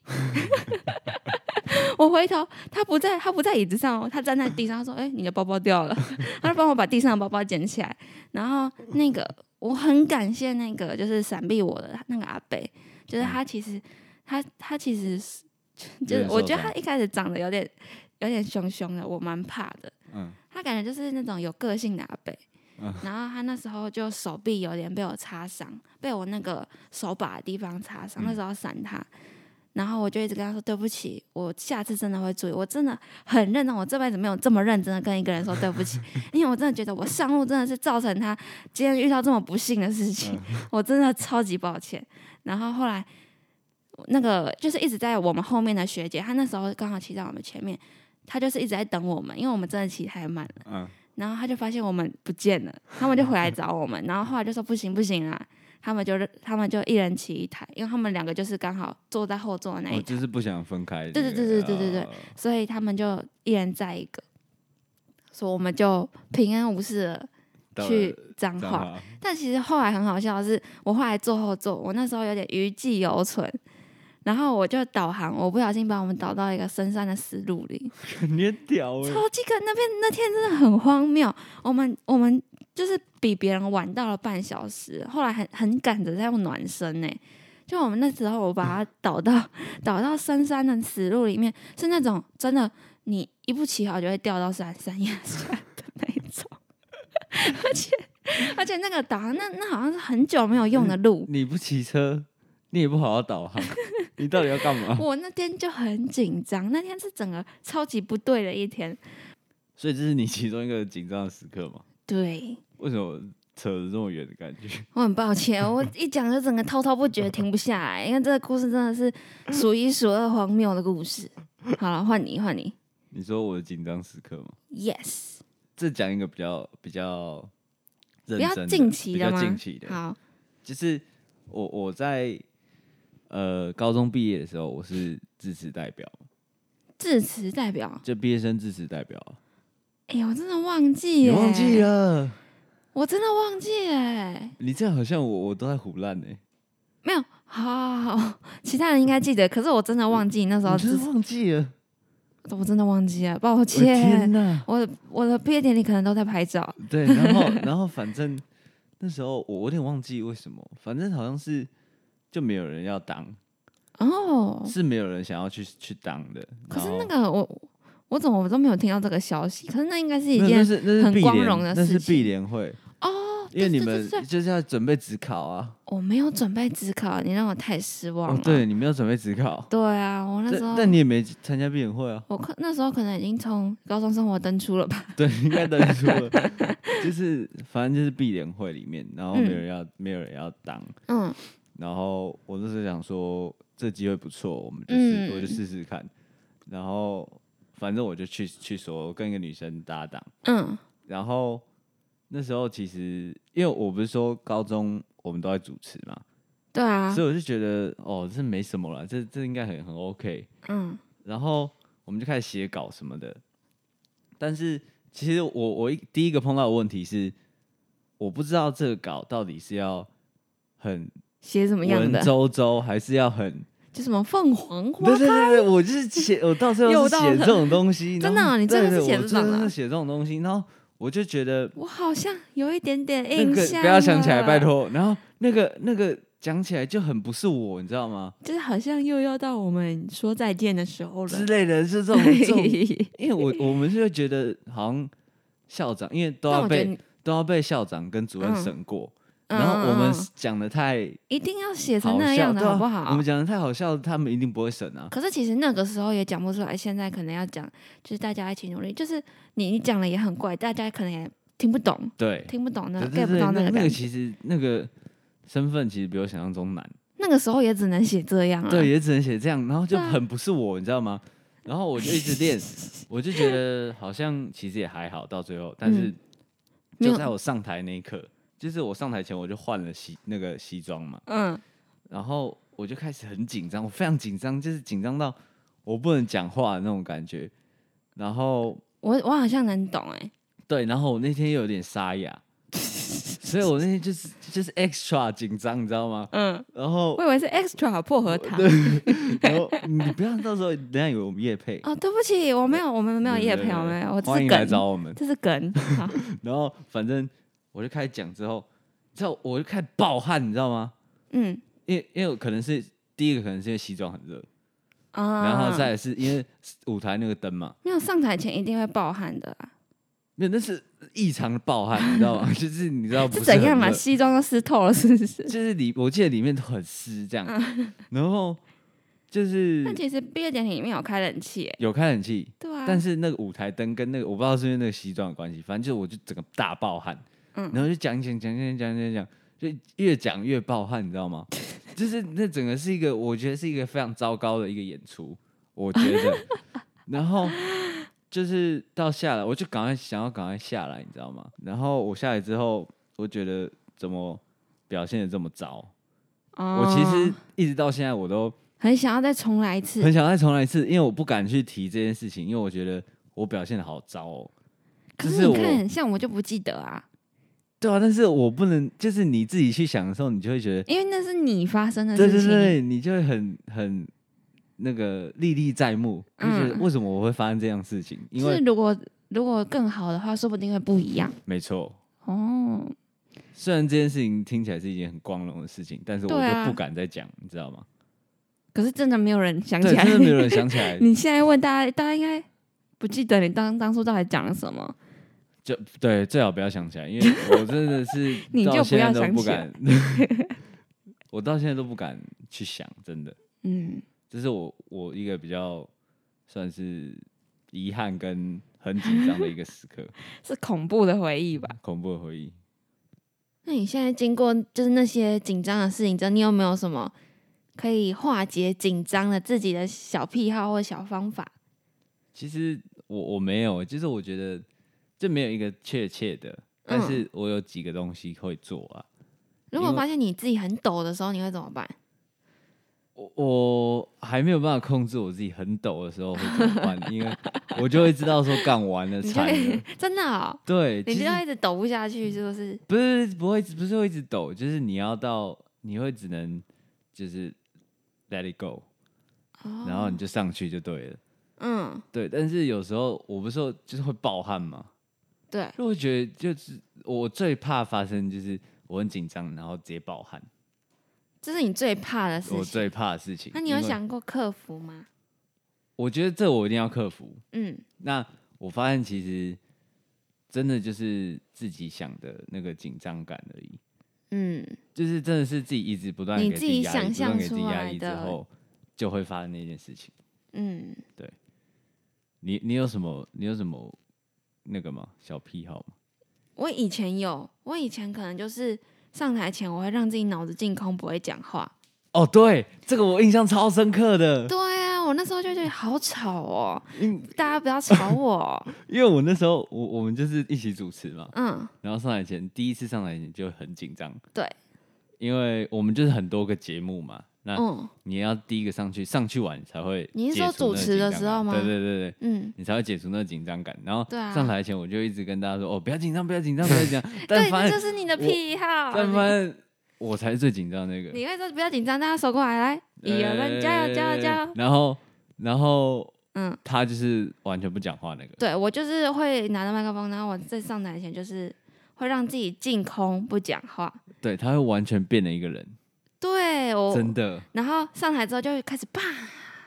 Speaker 2: 我回头，他不在，他不在椅子上哦，他站在地上，他说：“哎、你的包包掉了。” 他就帮我把地上的包包捡起来。然后那个，我很感谢那个就是闪避我的那个阿北，就是他其实他他其实是 就
Speaker 1: 嗯有
Speaker 2: 是
Speaker 1: 点
Speaker 2: 我
Speaker 1: 受
Speaker 2: 觉得他
Speaker 1: 伤
Speaker 2: 一开始长得有点有点凶凶的，我蛮怕的。
Speaker 1: 嗯，
Speaker 2: 他感觉就是那种有个性的阿北。
Speaker 1: 嗯
Speaker 2: 然后他那时候就手臂有点被我擦伤，被我那个手把的地方擦伤。
Speaker 1: 嗯
Speaker 2: 那时候闪他，然后我就一直跟他说对不起，我下次真的会注意。我真的很认真，我这辈子没有这么认真的跟一个人说对不 起，因为我真的觉得我上路真的是造成他今天遇到这么不幸的事情，
Speaker 1: 嗯
Speaker 2: 我真的超级抱歉。然后后来那个就是一直在我们后面的学姐，她那时候刚好骑在我们前面，她就是一直在等我们，因为我们真的骑太慢了。
Speaker 1: 嗯，
Speaker 2: 然后她就发现我们不见了，他们就回来找我们，然后后来就说不行不行啊，他们就他们就一人骑一台，因为他们两个就是刚好坐在后座的那一
Speaker 1: 我
Speaker 2: 台，
Speaker 1: 就是不想分开那个，
Speaker 2: 对对对对对对对
Speaker 1: 哦，
Speaker 2: 所以他们就一人载一个，所以我们就平安无事
Speaker 1: 到了
Speaker 2: 的去彰
Speaker 1: 脏
Speaker 2: 化。
Speaker 1: 话，
Speaker 2: 但其实后来很好笑的是，我后来坐后座，我那时候有点余悸犹存，然后我就导航，我不小心把我们导到一个深山的死路里，
Speaker 1: 你很屌哎，
Speaker 2: 超级可那边那天真的很荒谬，我们我们就是比别人晚到了半小时，后来很很赶着在用暖身呢、就我们那时候，我把它导到 导到深山的死路里面，是那种真的你一不起好就会掉到山山崖下的那一种， 而且而且那个导航那那好像是很久没有用的路，
Speaker 1: 你不骑车，你也不好好导 航，你到底要干嘛？
Speaker 2: 我那天就很紧张，那天是整个超级不对的一天，
Speaker 1: 所以这是你其中一个紧张的时刻吗？
Speaker 2: 对，
Speaker 1: 为什么扯得这么远的感觉。
Speaker 2: 我很抱歉，我一讲就整个滔滔不绝，停不下来，因为这个故事真的是数一数二荒谬的故事。好了，换你，换你。
Speaker 1: 你说我的紧张时刻吗？
Speaker 2: Yes，
Speaker 1: 这讲一个比较比较认
Speaker 2: 比较
Speaker 1: 真的、
Speaker 2: 近期
Speaker 1: 比较
Speaker 2: 的吗
Speaker 1: 近期的，
Speaker 2: 好，
Speaker 1: 就是我我在呃高中毕业的时候，我是致辞代表，
Speaker 2: 致辞代表。
Speaker 1: 就毕业生致辞代表。啊
Speaker 2: 哎、呀，我真的忘记
Speaker 1: 你
Speaker 2: 耶，
Speaker 1: 忘记，了？
Speaker 2: 我真的忘记哎，
Speaker 1: 你这样好像我我都在胡乱呢、
Speaker 2: 没有。好好好，其他人应该记得，可是我真的忘记那时候
Speaker 1: 你真
Speaker 2: 致
Speaker 1: 的忘记了？
Speaker 2: 我真的忘记了，抱
Speaker 1: 我的天
Speaker 2: 歉。
Speaker 1: 哪！
Speaker 2: 我的我的毕业典礼可能都在拍照，
Speaker 1: 对，然 后然后反正那时候我有点忘记为什么，反正好像是就没有人要当，
Speaker 2: 哦，
Speaker 1: 是没有人想要去去当的。
Speaker 2: 可是
Speaker 1: 然后
Speaker 2: 那个我我怎么都没有听到这个消息？可是那应该是一
Speaker 1: 没有
Speaker 2: 件
Speaker 1: 那是那是
Speaker 2: 很
Speaker 1: 必
Speaker 2: 光
Speaker 1: 联
Speaker 2: 荣的
Speaker 1: 那是
Speaker 2: 事
Speaker 1: 必
Speaker 2: 情
Speaker 1: 联会，
Speaker 2: 哦，
Speaker 1: 因为你
Speaker 2: 对对
Speaker 1: 们
Speaker 2: 对对对
Speaker 1: 就是要准备职考啊。
Speaker 2: 我没有准备职考，你让我太失望了。
Speaker 1: 哦，对，你没有准备职考，
Speaker 2: 对啊，我那时候
Speaker 1: 但但你也没参加必联会啊。
Speaker 2: 我可那时候可能已经从高中生活登出了吧？
Speaker 1: 对，应该等于说 了，就是反正就是必联会里面，然后没有人要、没有人要当，
Speaker 2: 嗯
Speaker 1: 然后我那时候想说这机会不错，我们就是、
Speaker 2: 嗯
Speaker 1: 我就试试看，然后反正我就去去说跟一个女生搭档，
Speaker 2: 嗯
Speaker 1: 然后那时候其实因为我不是说高中我们都在主持嘛，
Speaker 2: 对啊
Speaker 1: 所，以我就觉得哦这没什么了，这这应该很很 OK，
Speaker 2: 嗯
Speaker 1: 然后我们就开始写稿什么的。但是其实我我一第一个碰到的问题是，我不知道这个稿到底是要很
Speaker 2: 写什么样
Speaker 1: 文
Speaker 2: 的？
Speaker 1: 绉绉，还是要很
Speaker 2: 就什么凤凰花
Speaker 1: 对对对对，我就是写，我到最后
Speaker 2: 又
Speaker 1: 是
Speaker 2: 到
Speaker 1: 写这
Speaker 2: 了
Speaker 1: 种东 西，
Speaker 2: 真
Speaker 1: 然后
Speaker 2: 的哦你
Speaker 1: 对
Speaker 2: 真的是
Speaker 1: 对
Speaker 2: 写
Speaker 1: 我
Speaker 2: 这
Speaker 1: 真的
Speaker 2: 种
Speaker 1: 是
Speaker 2: 啊
Speaker 1: 写这种东西，然后我就觉得
Speaker 2: 我好像有一点点
Speaker 1: 那
Speaker 2: 印
Speaker 1: 个
Speaker 2: 象、
Speaker 1: 不要想起来，拜。托，然后那个那个讲起来就很不是我，你知道吗？
Speaker 2: 就是好像又要到我们说再见的时候
Speaker 1: 之
Speaker 2: 了。
Speaker 1: 类的，是这种这 种，因为我我们是会觉得好像校长，因为都
Speaker 2: 但
Speaker 1: 要
Speaker 2: 我觉得
Speaker 1: 被
Speaker 2: 你，
Speaker 1: 都要被校长跟主任
Speaker 2: 嗯
Speaker 1: 审过，
Speaker 2: 嗯
Speaker 1: 然后我
Speaker 2: 嗯
Speaker 1: 们
Speaker 2: 嗯
Speaker 1: 讲的太
Speaker 2: 一定要写成
Speaker 1: 好
Speaker 2: 那
Speaker 1: 笑，
Speaker 2: 样
Speaker 1: 对
Speaker 2: 的
Speaker 1: 啊
Speaker 2: 好不
Speaker 1: 我
Speaker 2: 好
Speaker 1: 们？讲的太好笑，他们一定不会审啊。
Speaker 2: 可是其实那个时候也讲不出来，现在可能要讲，就是大家一起努力。就是你你讲的也很怪，大家可能也听不懂，
Speaker 1: 对，
Speaker 2: 听不懂那
Speaker 1: 对
Speaker 2: 个
Speaker 1: 对
Speaker 2: get 不
Speaker 1: 对，
Speaker 2: 到那
Speaker 1: 那
Speaker 2: 个
Speaker 1: 那
Speaker 2: 感
Speaker 1: 个
Speaker 2: 觉。
Speaker 1: 其实那个身份其实比我想象中难，
Speaker 2: 那个时候也只能写这样啊。
Speaker 1: 对，，也只能写这样，然后就
Speaker 2: 对啊
Speaker 1: 很不是我，你知道吗？然后我就一直 练，我就觉得好像其实也还好，到最后，但是
Speaker 2: 嗯没
Speaker 1: 就
Speaker 2: 有
Speaker 1: 在我上台那一刻，就是我上台前我就换了西那个西装嘛，
Speaker 2: 嗯，
Speaker 1: 然后我就开始很紧张，我非常紧张，就是紧张到我不能讲话的那种感觉。然后
Speaker 2: 我我好像能懂哎、
Speaker 1: 对，然后我那天又有点沙哑，所以我那天就是就是 extra 紧张，你知道吗？
Speaker 2: 嗯，
Speaker 1: 然后
Speaker 2: 我以为是 extra 薄荷糖。
Speaker 1: 然后你不要到时候人家以为我们夜配，
Speaker 2: 哦，对不起，我没有，我们没有
Speaker 1: 对
Speaker 2: 夜
Speaker 1: 对
Speaker 2: 陪，
Speaker 1: 对
Speaker 2: 我没有，我这
Speaker 1: 欢
Speaker 2: 是
Speaker 1: 迎来
Speaker 2: 梗，
Speaker 1: 找我们。
Speaker 2: 这是梗。好，
Speaker 1: 然后反正我就开始讲之后，你知道我就开始暴汗，你知道吗？
Speaker 2: 嗯
Speaker 1: 因为因为我可能是第一个，可能是因为西装很热，
Speaker 2: 啊，
Speaker 1: 然后再来是因为舞台那个灯嘛，
Speaker 2: 没有上台前一定会暴汗的啊，
Speaker 1: 没有，那是异常的暴汗，你知 道吗？就是你知道不
Speaker 2: 是
Speaker 1: 是
Speaker 2: 怎样
Speaker 1: 嘛
Speaker 2: 嘛？？西装都湿透了，是不是？
Speaker 1: 就是里，我记得里面都很湿这样，然后就是
Speaker 2: 但嗯其实毕业典礼里面有开冷气耶，
Speaker 1: 有开冷气，
Speaker 2: 对啊，
Speaker 1: 但是那个舞台灯跟那个我不知道是因为那个西装的关系，反正就是我就整个大暴汗，
Speaker 2: 嗯
Speaker 1: 然后就讲讲讲讲讲讲讲，就越讲越暴汗，你知道吗？就是那整个是一个，我觉得是一个非常糟糕的一个演出，我觉得。然后就是到下来，我就赶快想要赶快下来，你知道吗？然后我下来之后，我觉得怎么表现的这么糟？我其实
Speaker 2: 哦
Speaker 1: 一直到现在我都
Speaker 2: 很想要再重来一次
Speaker 1: 很，想再重来一次，因为我不敢去提这件事情，因为我觉得我表现的好糟哦。
Speaker 2: 可
Speaker 1: 就是
Speaker 2: 你
Speaker 1: 我
Speaker 2: 看，像我就不记得啊，
Speaker 1: 对啊，但是我不能，就是你自己去想的时候，你就会觉得，
Speaker 2: 因为那是你发生的
Speaker 1: 对
Speaker 2: 事
Speaker 1: 对
Speaker 2: 情，
Speaker 1: 对，你就会很很那个历历在目，就觉得
Speaker 2: 嗯
Speaker 1: 为什么我会发生这样的事情？因
Speaker 2: 就是
Speaker 1: 为
Speaker 2: 如果如果更好的话，说不定会不一样
Speaker 1: 没错，
Speaker 2: 哦。
Speaker 1: 虽然这件事情听起来是一件很光荣的事情，但是我
Speaker 2: 对啊
Speaker 1: 就不敢再讲，你知道吗？
Speaker 2: 可是真的没有人想
Speaker 1: 对，
Speaker 2: 起来，
Speaker 1: 真，的没有人想起来
Speaker 2: 你现在问大家，大家应该不记得你当当初到底讲了什么。
Speaker 1: 就对，最好不要想起来，因为我真的是
Speaker 2: 你就
Speaker 1: 到现在
Speaker 2: 不
Speaker 1: 都
Speaker 2: 要想
Speaker 1: 不
Speaker 2: 起来
Speaker 1: 敢， 我到现在都不敢去想，真的，
Speaker 2: 嗯，
Speaker 1: 这是我我一个比较算是遗憾跟很紧张的一个时刻，
Speaker 2: 是恐怖的回忆吧？
Speaker 1: 恐怖的回忆。
Speaker 2: 那你现在经过就是那些紧张的事情之后，你有没有什么可以化解紧张的自己的小癖好或小方法？
Speaker 1: 其实我我没有，就是我觉得这没有一个确切的，但
Speaker 2: 嗯
Speaker 1: 是我有几个东西会做啊。
Speaker 2: 如果
Speaker 1: 因为
Speaker 2: 发现你自己很抖的时候，你会怎么办？
Speaker 1: 我我还没有办法控制我自己很抖的时候会怎么办，因为我就会知道说干完了
Speaker 2: 你就
Speaker 1: 惨了嗯
Speaker 2: 会。真的、哦，
Speaker 1: 对，
Speaker 2: 你
Speaker 1: 其实
Speaker 2: 就要一直抖不下去，是不是？
Speaker 1: 不是不会不是会一直抖，就是你要到你会只能就是 let it go，
Speaker 2: 哦
Speaker 1: 然后你就上去就对了。
Speaker 2: 嗯，
Speaker 1: 对，但是有时候我不是说就是会暴汗嘛，
Speaker 2: 对，
Speaker 1: 就会觉得就是我最怕发生就是我很紧张，然后直接暴汗，
Speaker 2: 这是你最怕的事
Speaker 1: 我
Speaker 2: 情。
Speaker 1: 最怕的事情。
Speaker 2: 那你有
Speaker 1: 因为？
Speaker 2: 想过克服吗？
Speaker 1: 我觉得这我一定要克服。
Speaker 2: 嗯，
Speaker 1: 那我发现其实真的就是自己想的那个紧张感而已，
Speaker 2: 嗯，
Speaker 1: 就是真的是自己一直不断地
Speaker 2: 你
Speaker 1: 给
Speaker 2: 自己
Speaker 1: 压力，
Speaker 2: 想
Speaker 1: 不断
Speaker 2: 象
Speaker 1: 给自己
Speaker 2: 出
Speaker 1: 压
Speaker 2: 来
Speaker 1: 力之
Speaker 2: 的
Speaker 1: 后，就会发生那件事情。
Speaker 2: 嗯，
Speaker 1: 你你有什么你有什么那个吗？小癖好吗？
Speaker 2: 我以前有，我以前可能就是上台前我会让自己脑子净空，不会讲话。
Speaker 1: 哦，对，这个我印象超深刻的，
Speaker 2: 对啊，我那时候就觉得好吵哦，
Speaker 1: 因
Speaker 2: 大家不要吵我 哦。
Speaker 1: 因为我那时候我我们就是一起主持嘛，
Speaker 2: 嗯，
Speaker 1: 然后上台前第一次上台前就很紧张，
Speaker 2: 对，
Speaker 1: 因为我们就是很多个节目嘛，那
Speaker 2: 嗯
Speaker 1: 你要第一个上去，上去完才会。
Speaker 2: 你是说主持的时候吗
Speaker 1: 对对对对，
Speaker 2: 嗯，
Speaker 1: 你才会解除那个紧张感。然后
Speaker 2: 对啊
Speaker 1: 上台前我就一直跟大家说：“哦，不要紧张，不要紧张，不要紧张。”但
Speaker 2: 对，
Speaker 1: 发
Speaker 2: 这就
Speaker 1: 现，
Speaker 2: 是你的
Speaker 1: 我
Speaker 2: 癖好。
Speaker 1: 但
Speaker 2: 你
Speaker 1: 发现我才是最紧张的那个。
Speaker 2: 你会说不要紧张，大家手过来，来，一
Speaker 1: 呃
Speaker 2: 二三，加油加油加油！
Speaker 1: 然后，然后
Speaker 2: 嗯，
Speaker 1: 他就是完全不讲话那个。
Speaker 2: 对我就是会拿着麦克风，然后我在上台前就是会让自己净空不讲话。
Speaker 1: 对，他会完全变了一个人，
Speaker 2: 对我，
Speaker 1: 真的。
Speaker 2: 然后上台之后就开始啪，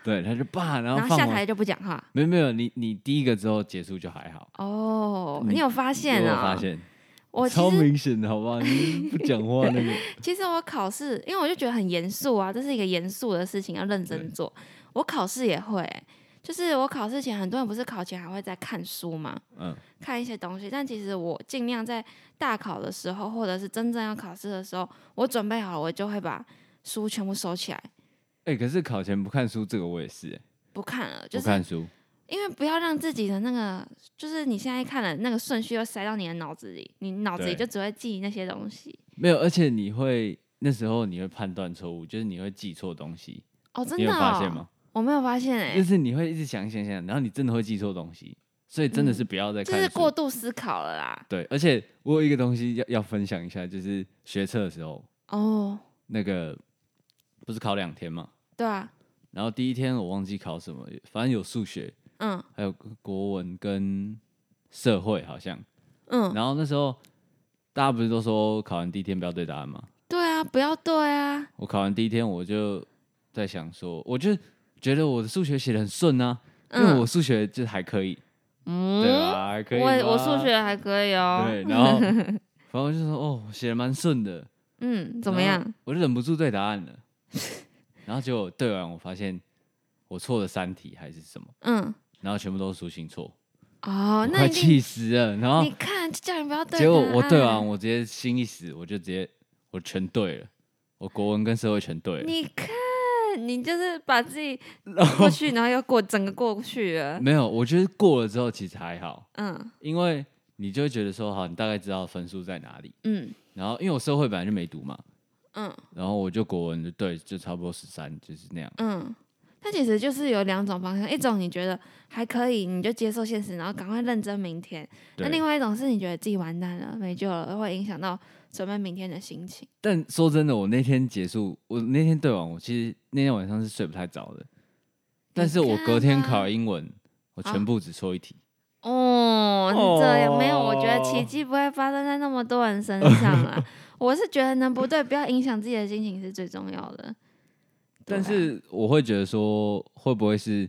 Speaker 1: 对，他就爸，然
Speaker 2: 然
Speaker 1: 后
Speaker 2: 后
Speaker 1: 放
Speaker 2: 下
Speaker 1: 完。
Speaker 2: 台就不讲话。
Speaker 1: 没有没有，你你第一个之后结束就还好。
Speaker 2: 哦，
Speaker 1: 你
Speaker 2: 你有发现
Speaker 1: 我嗯有
Speaker 2: 啊、
Speaker 1: 发现，
Speaker 2: 我
Speaker 1: 超
Speaker 2: 其实
Speaker 1: 明显的，好不好？你不讲话 那个，
Speaker 2: 其实我考试，因为我就觉得很严肃啊，这是一个严肃的事情，要认
Speaker 1: 对
Speaker 2: 真做。我考试也会、就是我考试前，很多人不是考前还会在看书嘛，
Speaker 1: 嗯，
Speaker 2: 看一些东西。但其实我尽量在大考的时候，或者是真正要考试的时候，我准备好了，我就会把书全部收起来，
Speaker 1: 哎、可是考前不看书，这个我也是、欸，
Speaker 2: 不看了。就
Speaker 1: 不看
Speaker 2: 是
Speaker 1: 书。
Speaker 2: 因为不要让自己的那个，就是你现在看了那个顺序又塞到你的脑子里，你脑子里
Speaker 1: 对
Speaker 2: 就只会记那些东西。
Speaker 1: 没有，而且你会那时候你会判断错误，就是你会记错东西，
Speaker 2: 哦，真
Speaker 1: 你
Speaker 2: 的、
Speaker 1: 有
Speaker 2: 哦？
Speaker 1: 发现吗？
Speaker 2: 我没有发现哎、
Speaker 1: 就是你会一直想想想，然后你真的会记错东西，所以真的是不要再
Speaker 2: 欸就
Speaker 1: 看书。
Speaker 2: 嗯是过度思考了啦。
Speaker 1: 对，而且我有一个东西要要分享一下，就是学车的时候，
Speaker 2: 哦，
Speaker 1: 那个不是考两天嘛，
Speaker 2: 对啊，
Speaker 1: 然后第一天我忘记考什么，反正有数学，
Speaker 2: 嗯
Speaker 1: 还有国文跟社会好像，
Speaker 2: 嗯，
Speaker 1: 然后那时候大家不是都说考完第一天不要对答案吗？
Speaker 2: 对啊，不要对啊，
Speaker 1: 我考完第一天，我就在想说，我就觉得我的数学写的很顺啊，因为
Speaker 2: 嗯
Speaker 1: 我数学就还可以，对
Speaker 2: 嗯，
Speaker 1: 吧？还可以吧，
Speaker 2: 我我数学还可以哦，
Speaker 1: 对，然 后反正我就说，哦，我写的蛮顺的，
Speaker 2: 嗯，怎么样？？
Speaker 1: 我就忍不住对答案了，然后结果对完，我发现我错了三题还是什么，
Speaker 2: 嗯，
Speaker 1: 然后全部都是书信错，
Speaker 2: 哦
Speaker 1: 我，
Speaker 2: 那
Speaker 1: 快
Speaker 2: 一定，
Speaker 1: 气死了。然后
Speaker 2: 你看，就叫你不要对，啊嗯
Speaker 1: 结果我对啊完，，我直接心一死，我就直接我全对了，我国文跟社会全对了。
Speaker 2: 你看，你就是把自己
Speaker 1: 然
Speaker 2: 过去，然后又过整个过去了，
Speaker 1: 没有，我觉得过了之后其实还好，
Speaker 2: 嗯
Speaker 1: 因为你就会觉得说，好，你大概知道分数在哪里。
Speaker 2: 嗯
Speaker 1: 然后因为我社会本来就没读嘛，
Speaker 2: 嗯
Speaker 1: 然后我就国文就对，就差不多十三，就是那样。
Speaker 2: 嗯。它其实就是有两种方向，一种你觉得还可以，你就接受现实，然后赶快认真明天；那
Speaker 1: 对
Speaker 2: 另外一种是你觉得自己完蛋了，没救了，会影响到准备明天的心情。
Speaker 1: 但说真的，我那天结束，我那天对完，我其实那天晚上是睡不太着的。但是我隔
Speaker 2: 啊
Speaker 1: 天考英文，我全部只错一题。
Speaker 2: 哦，是这样，
Speaker 1: 哦
Speaker 2: 没有，我觉得奇迹不会发生在那么多人身上 啊。我是觉得能不对，不要影响自己的心情是最重要的。对啊
Speaker 1: 但是我会觉得说，会不会是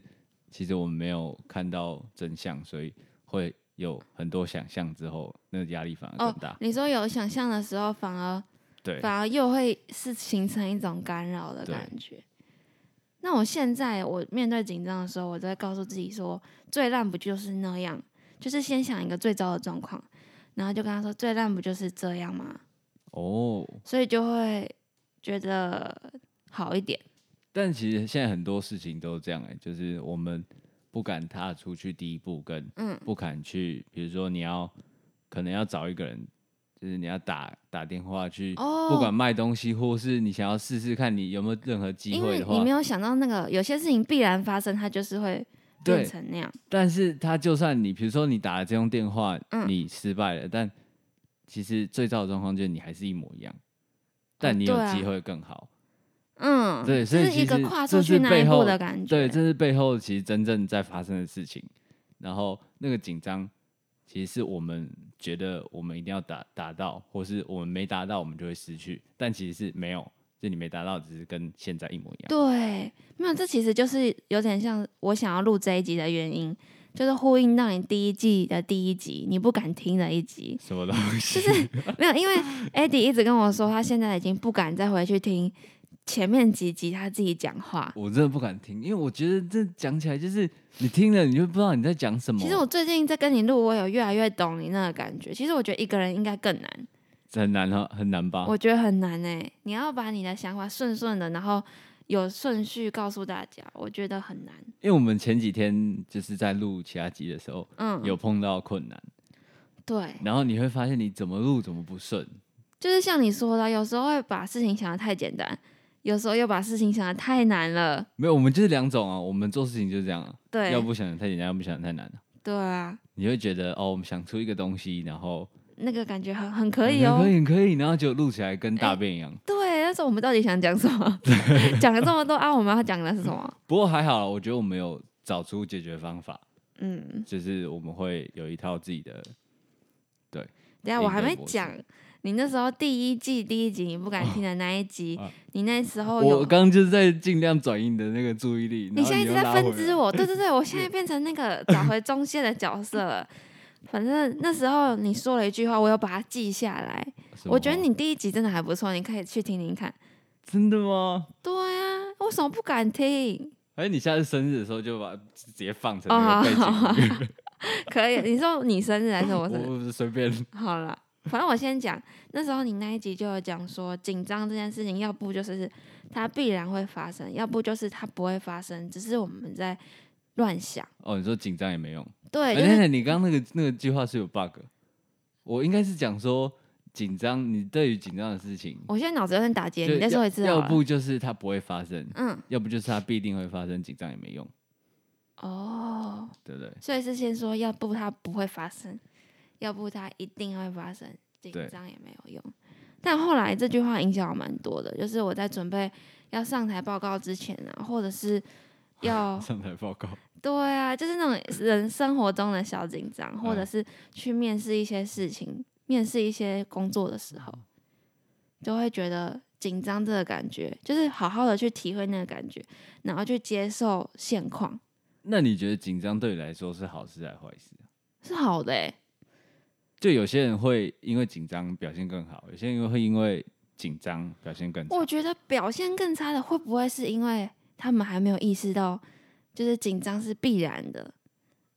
Speaker 1: 其实我们没有看到真相，所以会有很多想象之后，那个压力反而
Speaker 2: 哦
Speaker 1: 更大。，
Speaker 2: 你说有想象的时候，反而
Speaker 1: 对，
Speaker 2: 反而又会是形成一种干扰的
Speaker 1: 对
Speaker 2: 感觉。那我现在我面对紧张的时候，我都会告诉自己说，最烂不就是那样？就是先想一个最糟的状况，然后就跟他说，最烂不就是这样吗？
Speaker 1: 哦，
Speaker 2: 所以就会觉得好一点。
Speaker 1: 但其实现在很多事情都这样哎、就是我们不敢踏出去第一步，跟
Speaker 2: 嗯
Speaker 1: 不敢去，比如说你要可能要找一个人，就是你要打打电话去，
Speaker 2: 哦，
Speaker 1: 不管卖东西或是你想要试试看你有没有任何机
Speaker 2: 因
Speaker 1: 会
Speaker 2: 为
Speaker 1: 的
Speaker 2: 你
Speaker 1: 话
Speaker 2: 没，有想到那个有些事情必然发生，它就是会变
Speaker 1: 对。
Speaker 2: 成那样。
Speaker 1: 但是他就算你比如说你打了这通电话，
Speaker 2: 嗯
Speaker 1: 你失败了，但其实最糟的状况就是你还是一模一
Speaker 2: 哦
Speaker 1: 样，但你有
Speaker 2: 对啊
Speaker 1: 机会更好。
Speaker 2: 嗯，
Speaker 1: 对所
Speaker 2: 这
Speaker 1: 以
Speaker 2: 是一
Speaker 1: 其
Speaker 2: 个
Speaker 1: 实
Speaker 2: 跨
Speaker 1: 这
Speaker 2: 出去
Speaker 1: 是
Speaker 2: 那
Speaker 1: 背
Speaker 2: 一步
Speaker 1: 后
Speaker 2: 的感觉。
Speaker 1: 对，这是背后其实真正在发生的事情。然后那个紧张，其实是我们觉得我们一定要达达到，或是我们没达到，我们就会失去。但其实是没有，就你没达到，只是跟现在一模一样。
Speaker 2: 对，没有，这其实就是有点像我想要录这一集的原因，就是呼应到你第一季的第一集，你不敢听的一集。
Speaker 1: 什么东西？
Speaker 2: 没有，因为 Eddie 一直跟我说，他现在已经不敢再回去听前面几集他自己讲话。
Speaker 1: 我真的不敢听，因为我觉得这讲起来就是你听了，你就不知道你在讲什么。
Speaker 2: 其实我最近在跟你录，我有越来越懂你那个感觉。其实我觉得一个人应该更难，
Speaker 1: 很难哈，很难吧？
Speaker 2: 我觉得很难哎、你要把你的想法顺顺的，然后有顺序告诉大家，我觉得很难。
Speaker 1: 因为我们前几天就是在录其他集的时候，
Speaker 2: 嗯，
Speaker 1: 有碰到困难，
Speaker 2: 对，
Speaker 1: 然后你会发现你怎么录怎么不顺。
Speaker 2: 就是像你说的，有时候会把事情想的太简单，有时候又把事情想的太难了。
Speaker 1: 没有，我们就是两种啊，我们做事情就是这样啊。
Speaker 2: 对，
Speaker 1: 要不想的太简单，要不想的太难了。
Speaker 2: 对啊，
Speaker 1: 你会觉得哦，我们想出一个东西，然后
Speaker 2: 那个感觉很很可以
Speaker 1: 嗯
Speaker 2: 哦
Speaker 1: 可。以可以，然后就录起来跟大
Speaker 2: 哎
Speaker 1: 便一样。
Speaker 2: 对，那时候我们到底想讲什么？ 讲了这么多啊，我们要讲的是 什么？
Speaker 1: 不过还好，我觉得我们有找出解决方法，
Speaker 2: 嗯，
Speaker 1: 就是我们会有一套自己的。
Speaker 2: 等一下
Speaker 1: 应
Speaker 2: 我还
Speaker 1: 对
Speaker 2: 没
Speaker 1: 模式
Speaker 2: 讲。你那时候第一季第一集你不敢听的那一集，
Speaker 1: 啊
Speaker 2: 你那时候
Speaker 1: 我
Speaker 2: 哦有，
Speaker 1: 刚刚就是在尽量转移你的那个注意力，
Speaker 2: 你现在一直在分支
Speaker 1: 我。
Speaker 2: 我，对对对，我现在变成 那个找回中线的角色了。反正那时候你说了一句话，我有把它记下来。
Speaker 1: 什么
Speaker 2: 我觉得
Speaker 1: 话
Speaker 2: 你第一集真的还不错，你可以去听听看。
Speaker 1: 真的吗？
Speaker 2: 对啊，为什么不敢听？
Speaker 1: 而哎且你下次生日的时候就把直接放成
Speaker 2: 哦
Speaker 1: 那
Speaker 2: 好
Speaker 1: 个背
Speaker 2: 好
Speaker 1: 景音乐，
Speaker 2: 可以，你说你生日还是我生日？
Speaker 1: 我我随便。
Speaker 2: 好了，反正我先讲。那时候你那一集就有讲说，紧张这件事情，要不就是它必然会发生，要不就是它不会发生，只是我们在乱想。
Speaker 1: 哦，你说紧张也没用。
Speaker 2: 对，
Speaker 1: 哎
Speaker 2: 就
Speaker 1: 等
Speaker 2: 是
Speaker 1: 等，你刚刚那个那个计划是有 bug，我应该是讲说紧张，你对于紧张的事情，
Speaker 2: 我现在脑子有点打结，
Speaker 1: 就
Speaker 2: 你再
Speaker 1: 要
Speaker 2: 说一次好
Speaker 1: 要
Speaker 2: 了。
Speaker 1: 不就是它不会发生，
Speaker 2: 嗯，
Speaker 1: 要不就是它必定会发生，紧张也没用，
Speaker 2: 哦，
Speaker 1: 对不对？
Speaker 2: 所以是先说，要不它不会发生，要不它一定会发生，紧
Speaker 1: 对
Speaker 2: 张也没有用。但后来这句话影响我蛮多的，就是我在准备要上台报告之前啊，或者是 要
Speaker 1: 上台报告，
Speaker 2: 对啊，就是那种人生活中的小紧张，或者
Speaker 1: 嗯
Speaker 2: 是去面试一些事情、面试一些工作的时候，就会觉得紧张这个感觉，就是好好的去体会那个感觉，然后去接受现况
Speaker 1: 那你觉得紧张对你来说是好事还是坏事？
Speaker 2: 是好的、欸。
Speaker 1: 就有些人会因为紧张表现更好，有些人会因为紧张表现更差。
Speaker 2: 我觉得表现更差的会不会是因为他们还没有意识到，就是紧张是必然的，